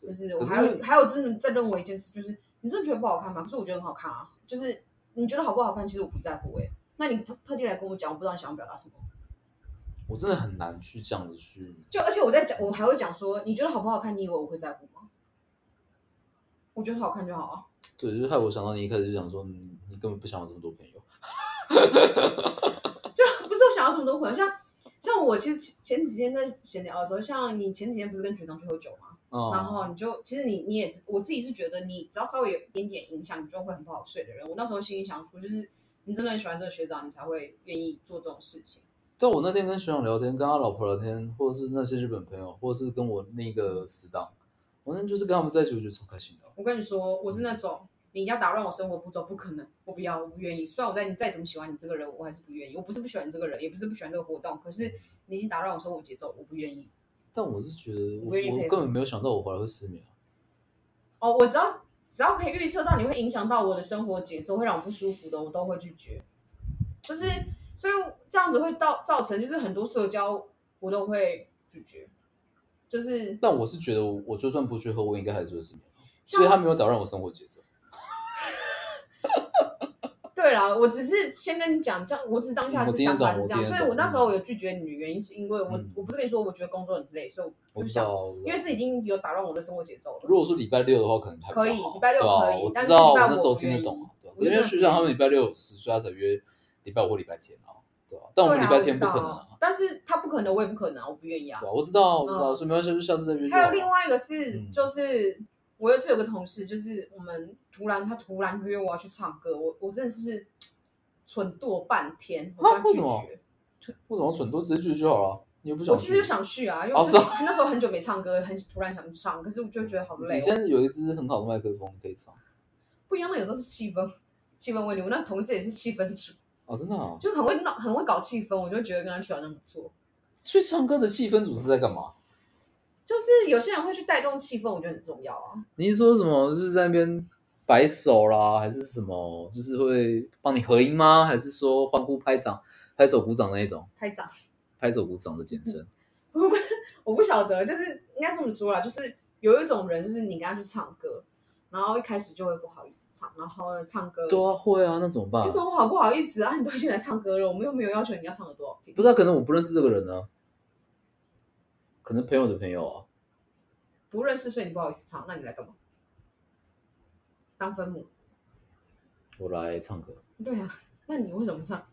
[SPEAKER 2] 对
[SPEAKER 1] 就是
[SPEAKER 2] 可
[SPEAKER 1] 我
[SPEAKER 2] 是
[SPEAKER 1] 还有还有真的在认为一件事，就是你真的觉得不好看吗？可是我觉得很好看啊，就是你觉得好不好看，其实我不在乎哎、那你特特地来跟我讲，我不知道你想要表达什么。
[SPEAKER 2] 我真的很难去这样子去。
[SPEAKER 1] 就而且我在讲，我还会讲说，你觉得好不好看？你以为我会在乎吗？我觉得好看就好啊。
[SPEAKER 2] 对，就是害我想到你一开始就想说，嗯你根本不想有这么多朋友。
[SPEAKER 1] 就不是我想要这么多朋友，像像我其实前前几天在闲聊的时候，像你前几天不是跟学长去喝酒吗？
[SPEAKER 2] 嗯，
[SPEAKER 1] 然后你就其实你你也知我自己是觉得你只要稍微有一点点影响，你就会很不好睡的人。我那时候心里想说，就是你真的很喜欢这个学长，你才会愿意做这种事情。
[SPEAKER 2] 但我那天跟学长聊天，跟他老婆聊天，或者是那些日本朋友，或者是跟我那个死党，我那天就是跟他们在一起，我觉得超开心的。啊
[SPEAKER 1] 我跟你说，我是那种你要打乱我生活步骤，不可能，我不要，我不愿意。虽然我在你再怎么喜欢你这个人，我还是不愿意。我不是不喜欢你这个人，也不是不喜欢这个活动，可是你已经打乱我生活节奏，我不愿意。
[SPEAKER 2] 但我是觉得我，
[SPEAKER 1] 我也
[SPEAKER 2] 我
[SPEAKER 1] 可以
[SPEAKER 2] 根本没有想到我回来会失眠啊。
[SPEAKER 1] 哦，我只要只要可以预测到你会影响到我的生活节奏，会让我不舒服的，我都会拒绝。就是，所以这样子会到造成就是很多社交我都会拒绝，就是
[SPEAKER 2] 但我是觉得，我就算不去喝，我应该还是会失眠啊。
[SPEAKER 1] 像
[SPEAKER 2] 所以他没有打乱我生活节奏。
[SPEAKER 1] 对啦，我只是先跟你讲，这样我只当下
[SPEAKER 2] 嗯我
[SPEAKER 1] 是
[SPEAKER 2] 听
[SPEAKER 1] 想
[SPEAKER 2] 得
[SPEAKER 1] 法
[SPEAKER 2] 懂
[SPEAKER 1] 是
[SPEAKER 2] 我
[SPEAKER 1] 这样，
[SPEAKER 2] 听
[SPEAKER 1] 所
[SPEAKER 2] 得
[SPEAKER 1] 以我那
[SPEAKER 2] 懂
[SPEAKER 1] 时候有拒绝你的原因是因为我、
[SPEAKER 2] 嗯
[SPEAKER 1] 我不是跟你说我觉得工作很累，所以我
[SPEAKER 2] 我
[SPEAKER 1] 不
[SPEAKER 2] 知
[SPEAKER 1] 想，
[SPEAKER 2] 道，
[SPEAKER 1] 因为这已经有打乱我的生活节奏了。
[SPEAKER 2] 如果说礼拜六的话，可能还比较
[SPEAKER 1] 可以
[SPEAKER 2] 好
[SPEAKER 1] 礼拜六
[SPEAKER 2] 对啊
[SPEAKER 1] 可以
[SPEAKER 2] 我
[SPEAKER 1] 但
[SPEAKER 2] 知
[SPEAKER 1] 是
[SPEAKER 2] 道，
[SPEAKER 1] 礼拜
[SPEAKER 2] 我
[SPEAKER 1] 五
[SPEAKER 2] 那时候
[SPEAKER 1] 我不
[SPEAKER 2] 听得
[SPEAKER 1] 愿
[SPEAKER 2] 懂
[SPEAKER 1] 意
[SPEAKER 2] 啊，对啊
[SPEAKER 1] 我就
[SPEAKER 2] 因为
[SPEAKER 1] 真的
[SPEAKER 2] 学
[SPEAKER 1] 不
[SPEAKER 2] 长他
[SPEAKER 1] 愿
[SPEAKER 2] 们礼拜六有事，所以他才约礼拜五或礼拜天啊，对啊。但我们
[SPEAKER 1] 对
[SPEAKER 2] 礼
[SPEAKER 1] 啊，
[SPEAKER 2] 拜
[SPEAKER 1] 我
[SPEAKER 2] 天
[SPEAKER 1] 知
[SPEAKER 2] 不
[SPEAKER 1] 道
[SPEAKER 2] 可能啊，
[SPEAKER 1] 但是他不可能，我也不可能啊，我不愿意啊。
[SPEAKER 2] 对啊，我知道，我知道，
[SPEAKER 1] 嗯
[SPEAKER 2] 所以没关系，就下次再约就好
[SPEAKER 1] 还有
[SPEAKER 2] 了。
[SPEAKER 1] 另外一个是，
[SPEAKER 2] 嗯
[SPEAKER 1] 就是我有一次有个同事，就是我们突然他突然约我要去唱歌，我我真的是蠢惰半天，我
[SPEAKER 2] 啊
[SPEAKER 1] 把他拒
[SPEAKER 2] 为什么
[SPEAKER 1] 绝。
[SPEAKER 2] 为什么要蠢？都直接拒绝就好了。你又不想
[SPEAKER 1] 我
[SPEAKER 2] 去。
[SPEAKER 1] 其实就想去啊，因为
[SPEAKER 2] 哦
[SPEAKER 1] 我
[SPEAKER 2] 是哦
[SPEAKER 1] 那时候很久没唱歌，很突然想唱，可是我就觉得好累哦
[SPEAKER 2] 你。现在有一支很好的麦克风可以唱
[SPEAKER 1] 不一样的有时候是气氛，气氛问题。我那同事也是气氛组，
[SPEAKER 2] 哦，真的哦。
[SPEAKER 1] 就很会闹，很会搞气氛，我就觉得跟他去好像不错。
[SPEAKER 2] 去唱歌的气氛组是在干嘛？
[SPEAKER 1] 就是有些人会去带动气氛，我觉得很重要啊。
[SPEAKER 2] 你是说什么？就是在那边摆手啦，还是什么？就是会帮你合音吗？还是说欢呼、拍掌、拍手、鼓掌那一种？
[SPEAKER 1] 拍掌，
[SPEAKER 2] 拍手鼓掌的简称。
[SPEAKER 1] 嗯我不晓得，就是应该是这么说啦，就是有一种人，就是你跟他去唱歌，然后一开始就会不好意思唱，然后呢唱歌，
[SPEAKER 2] 对啊，会啊，那怎么办
[SPEAKER 1] 有？什么好不好意思啊？你都 已经来唱歌了，我们又没有要求你要唱的多好听，
[SPEAKER 2] 不知道，啊可能我不认识这个人呢、可能朋友的朋友啊。
[SPEAKER 1] 不认识，所以你不好意思唱，那你来干嘛？当分母？
[SPEAKER 2] 我来唱歌，
[SPEAKER 1] 对啊，那你为什么不唱？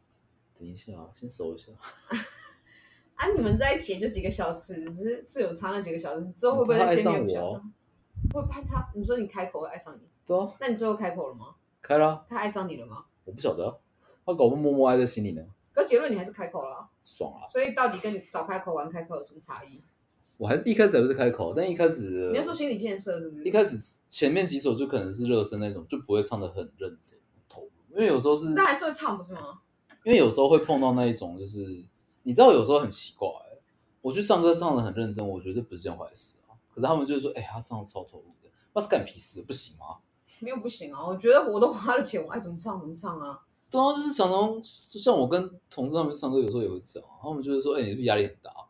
[SPEAKER 2] 等一下，先搜一下。
[SPEAKER 1] 啊，你们在一起也就几个小时，只是是有差那几个小时，之后会不会
[SPEAKER 2] 你怕
[SPEAKER 1] 再见
[SPEAKER 2] 爱上
[SPEAKER 1] 面不晓
[SPEAKER 2] 我哦
[SPEAKER 1] 得？会怕他？你说你开口会爱上你，
[SPEAKER 2] 对啊，
[SPEAKER 1] 那你最后开口了吗？
[SPEAKER 2] 开啦，
[SPEAKER 1] 他爱上你了吗？
[SPEAKER 2] 我不晓得啊，他搞不好默默爱在心里呢，
[SPEAKER 1] 可结论你还是开口了啊、
[SPEAKER 2] 爽啊！
[SPEAKER 1] 所以到底跟你早开口晚开口有什么差异？
[SPEAKER 2] 我还是一开始还不是开口，但一开始
[SPEAKER 1] 你要做心理建设是不是？
[SPEAKER 2] 一开始前面几首就可能是热身那种，就不会唱的很认真投入，因为有时候是
[SPEAKER 1] 但还是会唱不是吗？
[SPEAKER 2] 因为有时候会碰到那一种，就是你知道有时候很奇怪、我去上课上的很认真，我觉得不是件坏事啊。可是他们就说，哎、他唱的超投入的，那是干你屁事，不行吗？
[SPEAKER 1] 没有不行啊，我觉得我都花了钱，我爱怎么唱怎么唱啊。
[SPEAKER 2] 对啊，就是常常就像我跟同事他们去唱歌，有时候也会这样啊，他们就是说，哎、你是不是压力很大啊？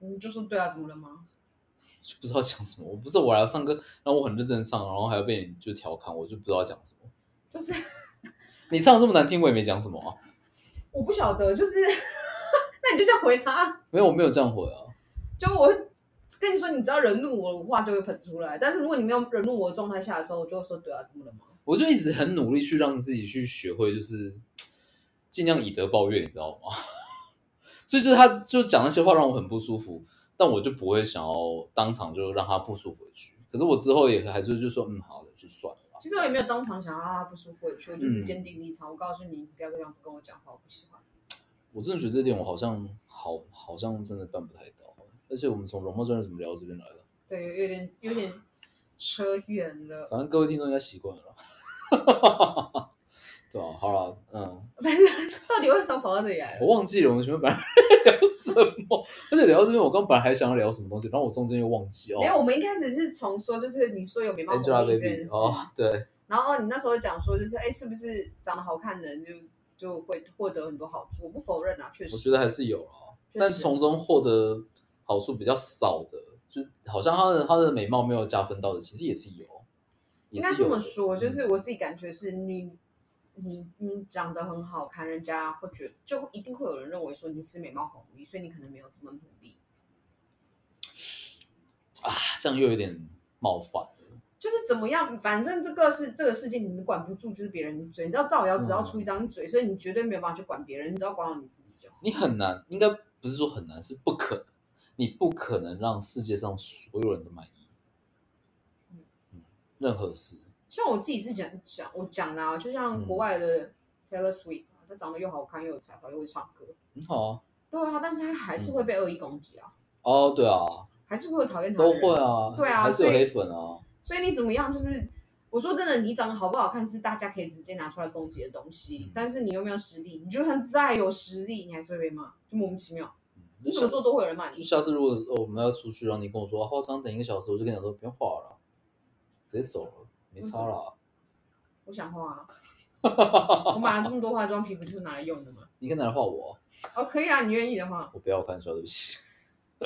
[SPEAKER 1] 嗯，就说对啊，怎么了吗？
[SPEAKER 2] 就不知道讲什么。我不是我来上课，然后我很认真地唱，然后还要被你就调侃，我就不知道讲什么。
[SPEAKER 1] 就是
[SPEAKER 2] 你唱得这么难听，我也没讲什么啊，
[SPEAKER 1] 我不晓得，就是 那你就这样回他，
[SPEAKER 2] 没有，我没有这样回啊。
[SPEAKER 1] 就我会跟你说，你只要惹怒我，我话就会喷出来。但是如果你没有惹怒我的状态下的时候，我就会说对啊，怎么了吗？
[SPEAKER 2] 我就一直很努力去让自己去学会，就是尽量以德报怨，你知道吗？ 所以就是他就讲那些话让我很不舒服，但我就不会想要当场就让他不舒服的去。可是我之后也还是就说，嗯，好的，就算了吧。
[SPEAKER 1] 其实我也没有当场想要让他不舒服回去，我就是
[SPEAKER 2] 嗯
[SPEAKER 1] 坚定立场。我告诉你，你不要这样子跟我讲话，我不喜欢。
[SPEAKER 2] 我真的觉得这点我好像好好像真的办不太到，而且我们从容貌专业怎么聊到这边来的？
[SPEAKER 1] 对，有有点有点扯远了。
[SPEAKER 2] 反正各位听众应该习惯了啦。 对啊，好了，嗯，
[SPEAKER 1] 反正到底为什么跑到这里来
[SPEAKER 2] 我
[SPEAKER 1] 了？
[SPEAKER 2] 忘记了我们前面本来 聊什么，而且聊到这边，我刚本来还想要聊什么东西，然后我中间又忘记哦
[SPEAKER 1] 没。有，我们一开始是从说就是你说有美貌红利这件
[SPEAKER 2] Angelababy
[SPEAKER 1] 事，
[SPEAKER 2] 哦，对，
[SPEAKER 1] 然后你那时候讲说就是哎，是不是长得好看的人就就会获得很多好处？我不否认啊，确实，
[SPEAKER 2] 我觉得还是有啊，
[SPEAKER 1] 确实
[SPEAKER 2] 但从中获得好处比较少的，就是好像她的她的美貌没有加分到的，其实也是有，也
[SPEAKER 1] 应
[SPEAKER 2] 是
[SPEAKER 1] 该
[SPEAKER 2] 有
[SPEAKER 1] 这么
[SPEAKER 2] 的
[SPEAKER 1] 说，就
[SPEAKER 2] 嗯
[SPEAKER 1] 是我自己感觉是你你你长得很好看，人家会觉得就一定会有人认为说你是美貌红利，所以你可能没有这么努力。
[SPEAKER 2] 啊，这样又有点冒犯了。
[SPEAKER 1] 就是怎么样，反正这个是这个事情，你管不住，就是别人的嘴。你知道造谣只要出一张嘴，所以你绝对没有办法去管别人，你只要管好你自己就好。
[SPEAKER 2] 你很难，应该不是说很难，是不可能，你不可能让世界上所有人都满意。嗯，任何事，
[SPEAKER 1] 像我自己是讲讲我讲啦、就
[SPEAKER 2] 嗯
[SPEAKER 1] 像国外的 Taylor Swift，啊她、长得又好看又有才华又会唱歌，
[SPEAKER 2] 很好啊。
[SPEAKER 1] 对啊，但是她还
[SPEAKER 2] 嗯
[SPEAKER 1] 是会被恶意攻击啊，
[SPEAKER 2] 哦，对啊，
[SPEAKER 1] 还是会有讨厌她的
[SPEAKER 2] 都
[SPEAKER 1] 人
[SPEAKER 2] 会。啊，
[SPEAKER 1] 对啊
[SPEAKER 2] 还是
[SPEAKER 1] 所
[SPEAKER 2] 有
[SPEAKER 1] 以
[SPEAKER 2] 黑粉啊。
[SPEAKER 1] 所以你怎么样，就是我说真的，你长得好不好看是大家可以直接拿出来攻击的东西，
[SPEAKER 2] 嗯
[SPEAKER 1] 但是你有没有实力，你就算再有实力，你还是会被骂，就莫名其妙，
[SPEAKER 2] 嗯
[SPEAKER 1] 你怎么做都会有人骂
[SPEAKER 2] 就
[SPEAKER 1] 你。
[SPEAKER 2] 下次如果哦我们要出去，然后你跟我说化妆等一个小时，我就跟你讲说不用化了，直接走了，
[SPEAKER 1] 嗯
[SPEAKER 2] 没差了。
[SPEAKER 1] 我想画 啊。我买了这么多化妆品，不就是拿来用的吗？
[SPEAKER 2] 你可以拿来画我，
[SPEAKER 1] 哦，可以啊，你愿意的话，
[SPEAKER 2] 我不要我开玩笑，对不起。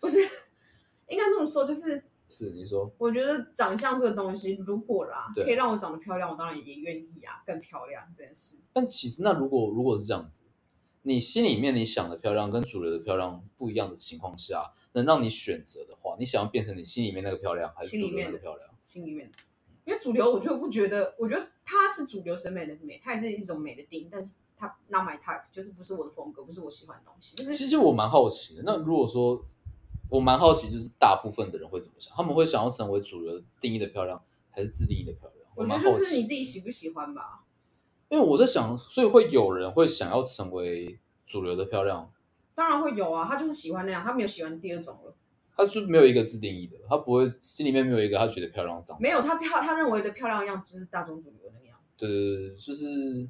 [SPEAKER 1] 不是，应该这么说，就是
[SPEAKER 2] 是你说
[SPEAKER 1] 我觉得长相这个东西，如果啦，
[SPEAKER 2] 对
[SPEAKER 1] 可以让我长得漂亮，我当然也愿意啊，更漂亮这件事。
[SPEAKER 2] 但其实那如果如果是这样子，你心里面你想的漂亮跟主流的漂亮不一样的情况下，能让你选择的话，你想要变成你心里面那个漂亮，还是
[SPEAKER 1] 心里
[SPEAKER 2] 主流那
[SPEAKER 1] 面
[SPEAKER 2] 个
[SPEAKER 1] 的
[SPEAKER 2] 漂亮？
[SPEAKER 1] 心里面。因为主流，我就不觉得，我觉得它是主流审美的美，它也是一种美的定义，但是它 not my type，就是不是我的风格，不是我喜欢的东西，就是
[SPEAKER 2] 其实我蛮好奇的。那如果说我蛮好奇，就是大部分的人会怎么想？他们会想要成为主流定义的漂亮，还是自定义的漂亮？
[SPEAKER 1] 我觉
[SPEAKER 2] 蛮
[SPEAKER 1] 得
[SPEAKER 2] 好
[SPEAKER 1] 就是
[SPEAKER 2] 奇
[SPEAKER 1] 你自己喜不喜欢吧。
[SPEAKER 2] 因为我在想，所以会有人会想要成为主流的漂亮，
[SPEAKER 1] 当然会有啊，他就是喜欢那样，他没有喜欢第二种了。
[SPEAKER 2] 他是没有一个自定义的，他不会心里面没有一个他觉得漂亮的长。
[SPEAKER 1] 没有，他漂他认为的漂亮样子就是大众主流那个样子，
[SPEAKER 2] 对对对，就是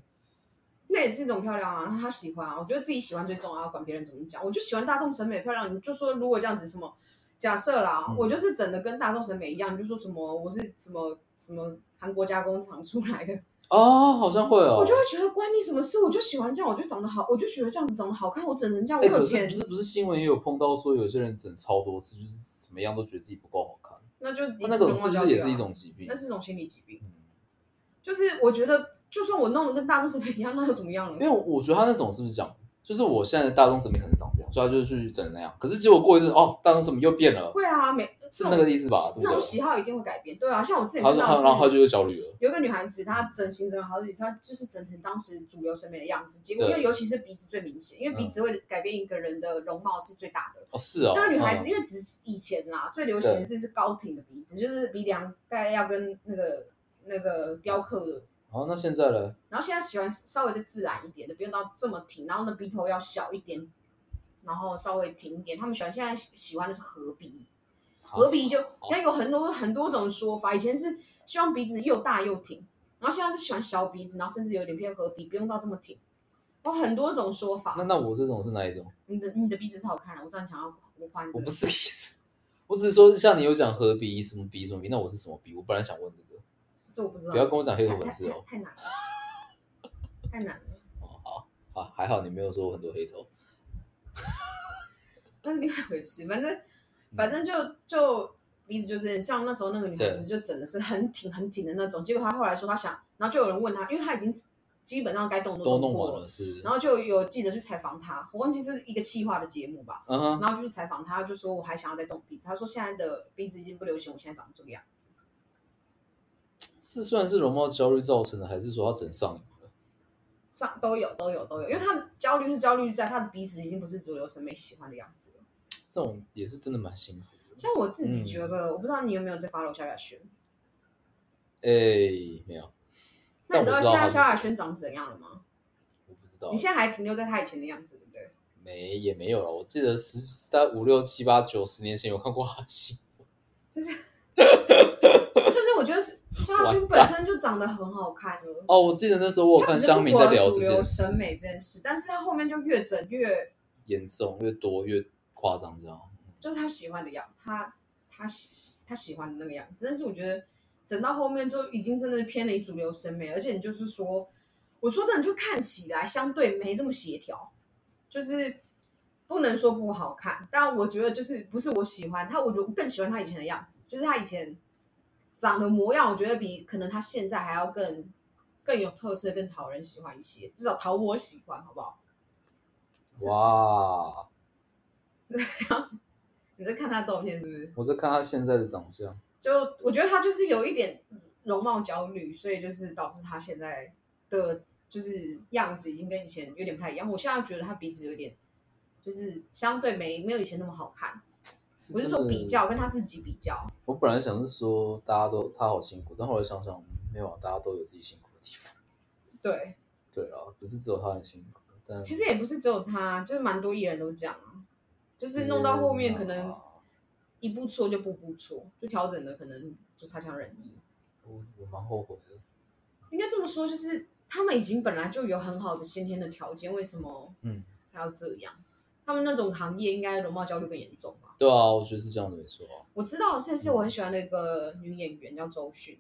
[SPEAKER 1] 那也是一种漂亮啊。他喜欢啊，我觉得自己喜欢最重要，管别人怎么讲。我就喜欢大众审美漂亮，你就说如果这样子什么假设啦，
[SPEAKER 2] 嗯
[SPEAKER 1] 我就是整的跟大众审美一样，你就说什么我是什么什么韩国加工厂出来的，
[SPEAKER 2] 哦，好像会哦。
[SPEAKER 1] 我就会觉得关你什么事？我就喜欢这样，我就长得好，我就觉得这样子长得好看，我整成这样，我
[SPEAKER 2] 哎，
[SPEAKER 1] 有
[SPEAKER 2] 可
[SPEAKER 1] 钱
[SPEAKER 2] 是不，是不是新闻也有碰到说有些人整超多次，就是怎么样都觉得自己不够好看，
[SPEAKER 1] 那就
[SPEAKER 2] 那那种是不是也是一
[SPEAKER 1] 种？
[SPEAKER 2] 种疾病
[SPEAKER 1] 那？是一种心理疾病。
[SPEAKER 2] 嗯
[SPEAKER 1] 就是我觉得，就算我弄得跟大众审美一样，那又怎么样
[SPEAKER 2] 因
[SPEAKER 1] 了？
[SPEAKER 2] 为我觉得他那种是不是讲，就是我现在的大众审美可能长这样，所以他就去整那样，可是结果过一阵哦，大众审美又变了，
[SPEAKER 1] 会啊，每
[SPEAKER 2] 是那个意思吧？对
[SPEAKER 1] 那
[SPEAKER 2] 不
[SPEAKER 1] 种
[SPEAKER 2] 对？
[SPEAKER 1] 喜好一定会改变。对啊，像我之前
[SPEAKER 2] 他
[SPEAKER 1] 看
[SPEAKER 2] 就
[SPEAKER 1] 到
[SPEAKER 2] 他
[SPEAKER 1] 的是
[SPEAKER 2] 然后他就会焦虑了，
[SPEAKER 1] 有一个女孩子，她整形整了好几次，她就是整成当时主流审美的样子。结果
[SPEAKER 2] 对
[SPEAKER 1] 因为尤其是鼻子最明显，因为鼻子会改变一个人的容貌是最大的。
[SPEAKER 2] 哦是哦，
[SPEAKER 1] 那个啊女孩子，
[SPEAKER 2] 嗯
[SPEAKER 1] 因为只以前啦，最流行的是是高挺的鼻子，就是鼻梁大概要跟那个那个雕刻的。
[SPEAKER 2] 哦那现在呢？
[SPEAKER 1] 然后现在喜欢稍微再自然一点的，不用到这么挺，然后呢鼻头要小一点，然后稍微挺一点。他们喜欢现在喜喜欢的是合鼻，合鼻就它有很多很多种说法。以前是希望鼻子又大又挺，然后现在是喜欢小鼻子，然后甚至有点偏合鼻，不用到这么挺。有很多种说法
[SPEAKER 2] 那。那我这种是哪一种？
[SPEAKER 1] 你的你的鼻子是好看的，我知道你想要我宽
[SPEAKER 2] 我不
[SPEAKER 1] 的。
[SPEAKER 2] 是这个 意思，我只是说像你有讲合鼻什么鼻什么鼻，那我是什么鼻？我本来想问这个，
[SPEAKER 1] 这我不知道。
[SPEAKER 2] 不要跟我讲黑头
[SPEAKER 1] 太
[SPEAKER 2] 粉刺
[SPEAKER 1] 太
[SPEAKER 2] 哦。
[SPEAKER 1] 太难了，太难了。
[SPEAKER 2] 哦好啊，还好你没有说我很多黑头。
[SPEAKER 1] 那是另外一回事。反
[SPEAKER 2] 嗯
[SPEAKER 1] 正反正就就鼻子就这样，像那时候那个女孩子就整的是很挺很挺的那种。结果她后来说她想，然后就有人问她，因为她已经基本上该动的
[SPEAKER 2] 都
[SPEAKER 1] 弄
[SPEAKER 2] 弄
[SPEAKER 1] 过
[SPEAKER 2] 完了是，
[SPEAKER 1] 然后就有记者去采访她，我忘记是一个企划的节目吧，
[SPEAKER 2] 嗯哼，
[SPEAKER 1] 然后就去采访她，就说我还想要再动鼻子。她说现在的鼻子已经不流行，我现在长这个样子。
[SPEAKER 2] 是虽然是容貌焦虑造成的，还是说他整上瘾了？
[SPEAKER 1] 上都有都有都有，因为她的焦虑是焦虑在她的鼻子已经不是主流审美喜欢的样子了。
[SPEAKER 2] 这种也是真的蛮辛苦的。
[SPEAKER 1] 像我自己
[SPEAKER 2] 嗯
[SPEAKER 1] 觉得，我不知道你有没有在 follow 萧亚轩，
[SPEAKER 2] 哎、没有，
[SPEAKER 1] 那你知
[SPEAKER 2] 但
[SPEAKER 1] 道
[SPEAKER 2] 我
[SPEAKER 1] 现在
[SPEAKER 2] 他
[SPEAKER 1] 萧亚
[SPEAKER 2] 是谁哦
[SPEAKER 1] 轩长怎样了吗？
[SPEAKER 2] 我不知道
[SPEAKER 1] 你，现在还停留在他以前的样子，对不 对？
[SPEAKER 2] 没也没有了。我记得十大概五六七八九十年前有看过他的戏，
[SPEAKER 1] 就是我觉得是萧亚轩本身就长得很好看了，
[SPEAKER 2] 哦，我记得那时候我有
[SPEAKER 1] 他
[SPEAKER 2] 看
[SPEAKER 1] 只是
[SPEAKER 2] 香
[SPEAKER 1] 不
[SPEAKER 2] 民
[SPEAKER 1] 符
[SPEAKER 2] 在
[SPEAKER 1] 合
[SPEAKER 2] 聊
[SPEAKER 1] 主
[SPEAKER 2] 这
[SPEAKER 1] 流
[SPEAKER 2] 件
[SPEAKER 1] 审
[SPEAKER 2] 事，
[SPEAKER 1] 美这件事，但是他后面就越整越
[SPEAKER 2] 严重越多越夸张这样。
[SPEAKER 1] 就是他喜欢的样，他他喜他喜欢的那个样子。但是我觉得整到后面就已经真的偏离主流审美，而且你就是说，我说真的，就看起来相对没这么协调，就是不能说不好看，但我觉得就是不是我喜欢他，我觉得我更喜欢他以前的样子，就是他以前长的模样，我觉得比可能他现在还要更更有特色、更讨人喜欢一些，至少讨我喜欢，好不好？
[SPEAKER 2] 哇，
[SPEAKER 1] 你在看他照片是不是？
[SPEAKER 2] 我在看他现在的长相，
[SPEAKER 1] 就我觉得他就是有一点容貌焦虑，所以就是导致他现在的就是样子已经跟以前有点不太一样。我现在觉得他鼻子有点，就是相对没没有以前那么好看。我是
[SPEAKER 2] 真
[SPEAKER 1] 说
[SPEAKER 2] 的
[SPEAKER 1] 比较跟他自己比较，
[SPEAKER 2] 我本来想是说大家都他好辛苦，但后来想想嗯没有啊，大家都有自己辛苦的地方。
[SPEAKER 1] 对，
[SPEAKER 2] 对了，不是只有他很辛苦，但
[SPEAKER 1] 其实也不是只有他，就是蛮多艺人都这样啊，就是弄到后面可能
[SPEAKER 2] 嗯
[SPEAKER 1] 一步错就步步错，就调整的可能就差强人意。
[SPEAKER 2] 我我蛮后悔的。
[SPEAKER 1] 应该这么说，就是他们已经本来就有很好的先天的条件，为什么
[SPEAKER 2] 嗯，
[SPEAKER 1] 还要这样？他们那种行业应该容貌焦虑更严重吧？
[SPEAKER 2] 对啊，我觉得是这样的，没错啊。
[SPEAKER 1] 我知道的是，是我很喜欢的一个女演员叫周迅。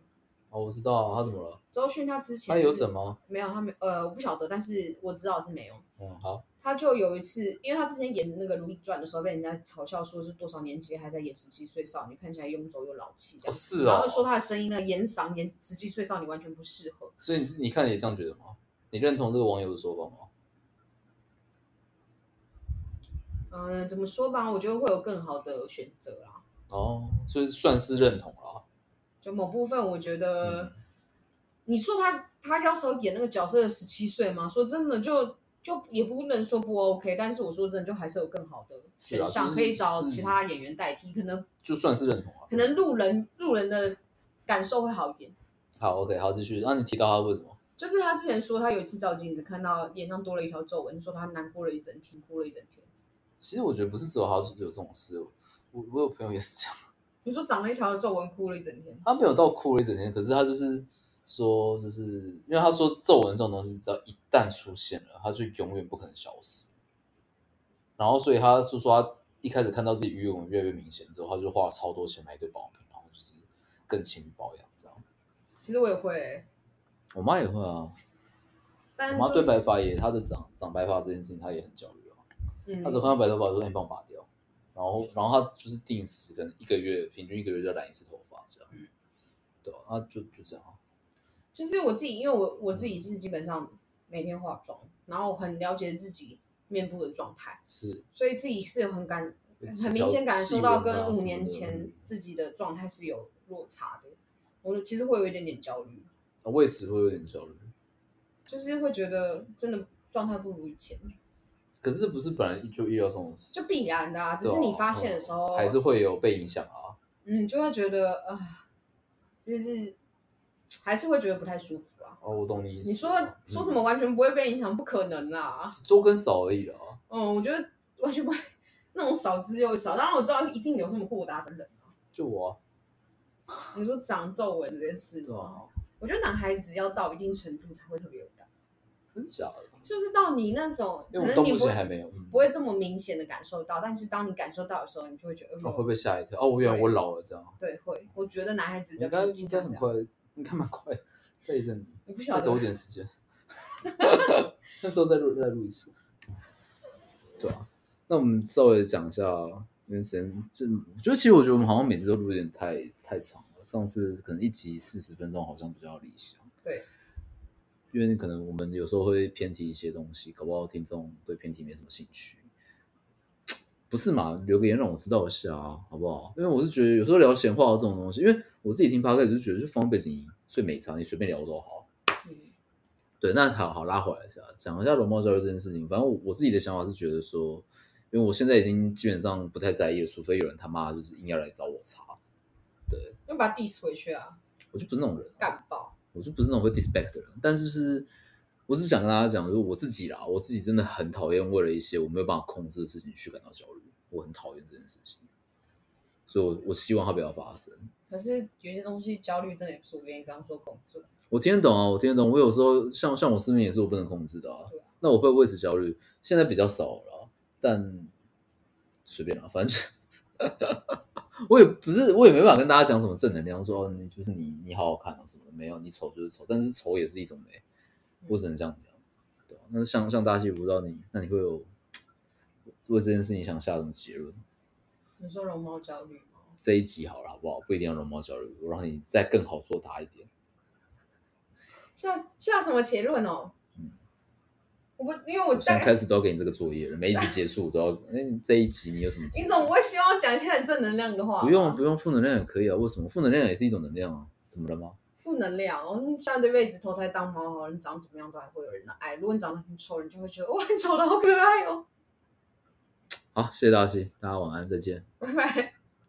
[SPEAKER 2] 哦，我知道啊，他怎么了？
[SPEAKER 1] 周迅她之前、
[SPEAKER 2] 他有整？吗？
[SPEAKER 1] 没有，她没呃，我不晓得，但是我知道是没有。
[SPEAKER 2] 嗯，好，
[SPEAKER 1] 她就有一次，因为她之前演那个《如懿传》的时候，被人家嘲笑说是多少年级还在演十七岁少女，看起来庸俗又老气这
[SPEAKER 2] 哦
[SPEAKER 1] 样。
[SPEAKER 2] 是
[SPEAKER 1] 然
[SPEAKER 2] 哦
[SPEAKER 1] 后，说她的声音呢，演嗓演十七岁少女完全不适合。
[SPEAKER 2] 所以你你看了也这样觉得吗？你认同这个网友的说法吗？
[SPEAKER 1] 嗯、怎么说吧，我觉得会有更好的选择啦。
[SPEAKER 2] 哦，所以算是认同了。啊
[SPEAKER 1] 就某部分，我觉得、
[SPEAKER 2] 嗯
[SPEAKER 1] 你说他他要时候演那个角色十七岁嘛，说真的就就也不能说不 OK，但是我说真的就还是有更好的
[SPEAKER 2] 是
[SPEAKER 1] 选
[SPEAKER 2] 啊
[SPEAKER 1] 项、
[SPEAKER 2] 就是
[SPEAKER 1] 可以找
[SPEAKER 2] 是
[SPEAKER 1] 其他演员代替，可能
[SPEAKER 2] 就算是认同啊。
[SPEAKER 1] 可能路人路人的感受会好一点。
[SPEAKER 2] 好，OK，好，继续。啊那、你提到他为什么？
[SPEAKER 1] 就是他之前说他有一次照镜子看到脸上多了一条皱纹，说他难过了一整天，哭了一整天。
[SPEAKER 2] 其实我觉得不是只有他有这种事，我我有朋友也是这样，
[SPEAKER 1] 你说长了一条皱纹，哭了一整天，
[SPEAKER 2] 他没有到哭了一整天，可是他就是说，就是因为他说皱纹这种东西，只要一旦出现了，它就永远不可能消失。然后所以他是说，他一开始看到自己鱼尾纹越来越明显之后，他就花了超多钱买一堆保养品，然后就是更勤于保养这样。
[SPEAKER 1] 其实我也会、欸
[SPEAKER 2] 我妈也会啊，
[SPEAKER 1] 但
[SPEAKER 2] 我妈
[SPEAKER 1] 就
[SPEAKER 2] 对白发也，她的长长白发这件事情，她也很焦虑啊。
[SPEAKER 1] 嗯
[SPEAKER 2] 她只看到白头发说：“哎你帮我拔掉。”然后，然后她就是定时，可能一个月平均一个月就染一次头发这样。
[SPEAKER 1] 嗯
[SPEAKER 2] 对啊，啊就就这样啊。
[SPEAKER 1] 就是我自己，因为我我自己是基本上每天化妆，然后我很了解自己面部的状态，
[SPEAKER 2] 是
[SPEAKER 1] 所以自己是有很感
[SPEAKER 2] 有
[SPEAKER 1] 很
[SPEAKER 2] 几条
[SPEAKER 1] 明显感受
[SPEAKER 2] 细
[SPEAKER 1] 到
[SPEAKER 2] 纹啊
[SPEAKER 1] 跟
[SPEAKER 2] 什
[SPEAKER 1] 五
[SPEAKER 2] 么
[SPEAKER 1] 年
[SPEAKER 2] 的
[SPEAKER 1] 前
[SPEAKER 2] 嗯
[SPEAKER 1] 自己的状态是有落差的。我其实会有一点点焦虑，
[SPEAKER 2] 啊我也是会有点焦虑，
[SPEAKER 1] 就是会觉得真的状态不如以前，
[SPEAKER 2] 可是不是本来就意料中的事，
[SPEAKER 1] 就必然的啊。只
[SPEAKER 2] 对啊
[SPEAKER 1] 是你发现的时候，
[SPEAKER 2] 还是会有被影响啊。
[SPEAKER 1] 嗯，就会觉得啊、就是还是会觉得不太舒服啊。
[SPEAKER 2] 哦，我懂你意思。
[SPEAKER 1] 你说
[SPEAKER 2] 嗯
[SPEAKER 1] 说什么完全不会被影响？不可能啊啦。
[SPEAKER 2] 多跟少而已啦。
[SPEAKER 1] 嗯，我觉得完全不会那种少之又少。当然我知道一定有这么豁达的人啊。
[SPEAKER 2] 就我啊，
[SPEAKER 1] 你说长皱纹这件事，
[SPEAKER 2] 对啊，
[SPEAKER 1] 我觉得男孩子要到一定程度才会特别有感，
[SPEAKER 2] 真假的？
[SPEAKER 1] 就是到你那种
[SPEAKER 2] 因
[SPEAKER 1] 可
[SPEAKER 2] 为我到
[SPEAKER 1] 能你
[SPEAKER 2] 目
[SPEAKER 1] 不
[SPEAKER 2] 前还
[SPEAKER 1] 会
[SPEAKER 2] 没有，嗯
[SPEAKER 1] 不会这么明显的感受到，但是当你感受到的时候，你就会觉得，
[SPEAKER 2] 哦
[SPEAKER 1] 呃
[SPEAKER 2] 会被吓一跳。哦，我原来我老了这样，
[SPEAKER 1] 对会。我觉得男孩子比
[SPEAKER 2] 应
[SPEAKER 1] 较
[SPEAKER 2] 该
[SPEAKER 1] 不
[SPEAKER 2] 应
[SPEAKER 1] 经
[SPEAKER 2] 该
[SPEAKER 1] 常
[SPEAKER 2] 很
[SPEAKER 1] 这样
[SPEAKER 2] 快，应该蛮快的，这一阵子。
[SPEAKER 1] 我不晓
[SPEAKER 2] 再
[SPEAKER 1] 得
[SPEAKER 2] 多一点时间， 那时候再录再录一次。对啊，那我们稍微讲一下，因为时间这，我觉得其实我觉得我们好像每次都录有点太太长了。上次可能一集四十分钟好像比较理想。
[SPEAKER 1] 对，
[SPEAKER 2] 因为可能我们有时候会偏题一些东西，搞不好听众对偏题没什么兴趣。不是嘛？留个言让我知道一下啊，好不好？因为我是觉得有时候聊闲话这种东西，因为我自己听 podcast 就觉得就放背景音，所以没差，你随便聊都好。
[SPEAKER 1] 嗯
[SPEAKER 2] 对，那好好拉回来一下，讲一下容貌焦虑这件事情。反正我我自己的想法是觉得说，因为我现在已经基本上不太在意了，除非有人他妈就是硬要来找我茬，
[SPEAKER 1] 要把 diss 回去啊，
[SPEAKER 2] 我就不是那种人，
[SPEAKER 1] 干爆。
[SPEAKER 2] 我就不是那种会 disback 的人。但就是，我只想跟大家讲，就是我自己啦，我自己真的很讨厌为了一些我没有办法控制的事情去感到焦虑，我很讨厌这件事情，所以我我希望它不要发生。
[SPEAKER 1] 可是有些东西焦虑真的也不是我愿意，比方说工作，
[SPEAKER 2] 我听得懂啊，我听得懂。我有时候像像我失眠也是我不能控制的啊
[SPEAKER 1] 对啊。
[SPEAKER 2] 那我会为此焦虑，现在比较少了啊，但随便啦，反正 我也不是，我也没办法跟大家讲什么正能量，说哦，你就是你，你好好看啊什么的，没有，你丑就是丑，但是丑也是一种美，我只能这样讲，对吧、那像像大西，我不知道你，那你会有为这件事情想下什么结论？
[SPEAKER 1] 你说容貌焦虑吗？
[SPEAKER 2] 这一集好了，好不好？不一定要容貌焦虑，我让你再更好作答一点。
[SPEAKER 1] 下下什么结论哦？
[SPEAKER 2] 嗯
[SPEAKER 1] 我不，因为我
[SPEAKER 2] 我现
[SPEAKER 1] 大
[SPEAKER 2] 在
[SPEAKER 1] 概，
[SPEAKER 2] 开始都要给你这个作业了，每一集结束都要。 哎，你这一集你有什么？
[SPEAKER 1] 你总不会希望我讲一些很正能量的话吧？
[SPEAKER 2] 不用不用，负能量也可以啊。为什么？负能量也是一种能量啊。怎么了吗？
[SPEAKER 1] 负能量。我们下这辈子投胎当猫好了，你长得怎么样都还会有人来爱。如果你长得很丑，人就会觉得哇，你丑的好可爱哦。
[SPEAKER 2] 好，谢谢大家，大家晚安，再见。
[SPEAKER 1] 拜拜。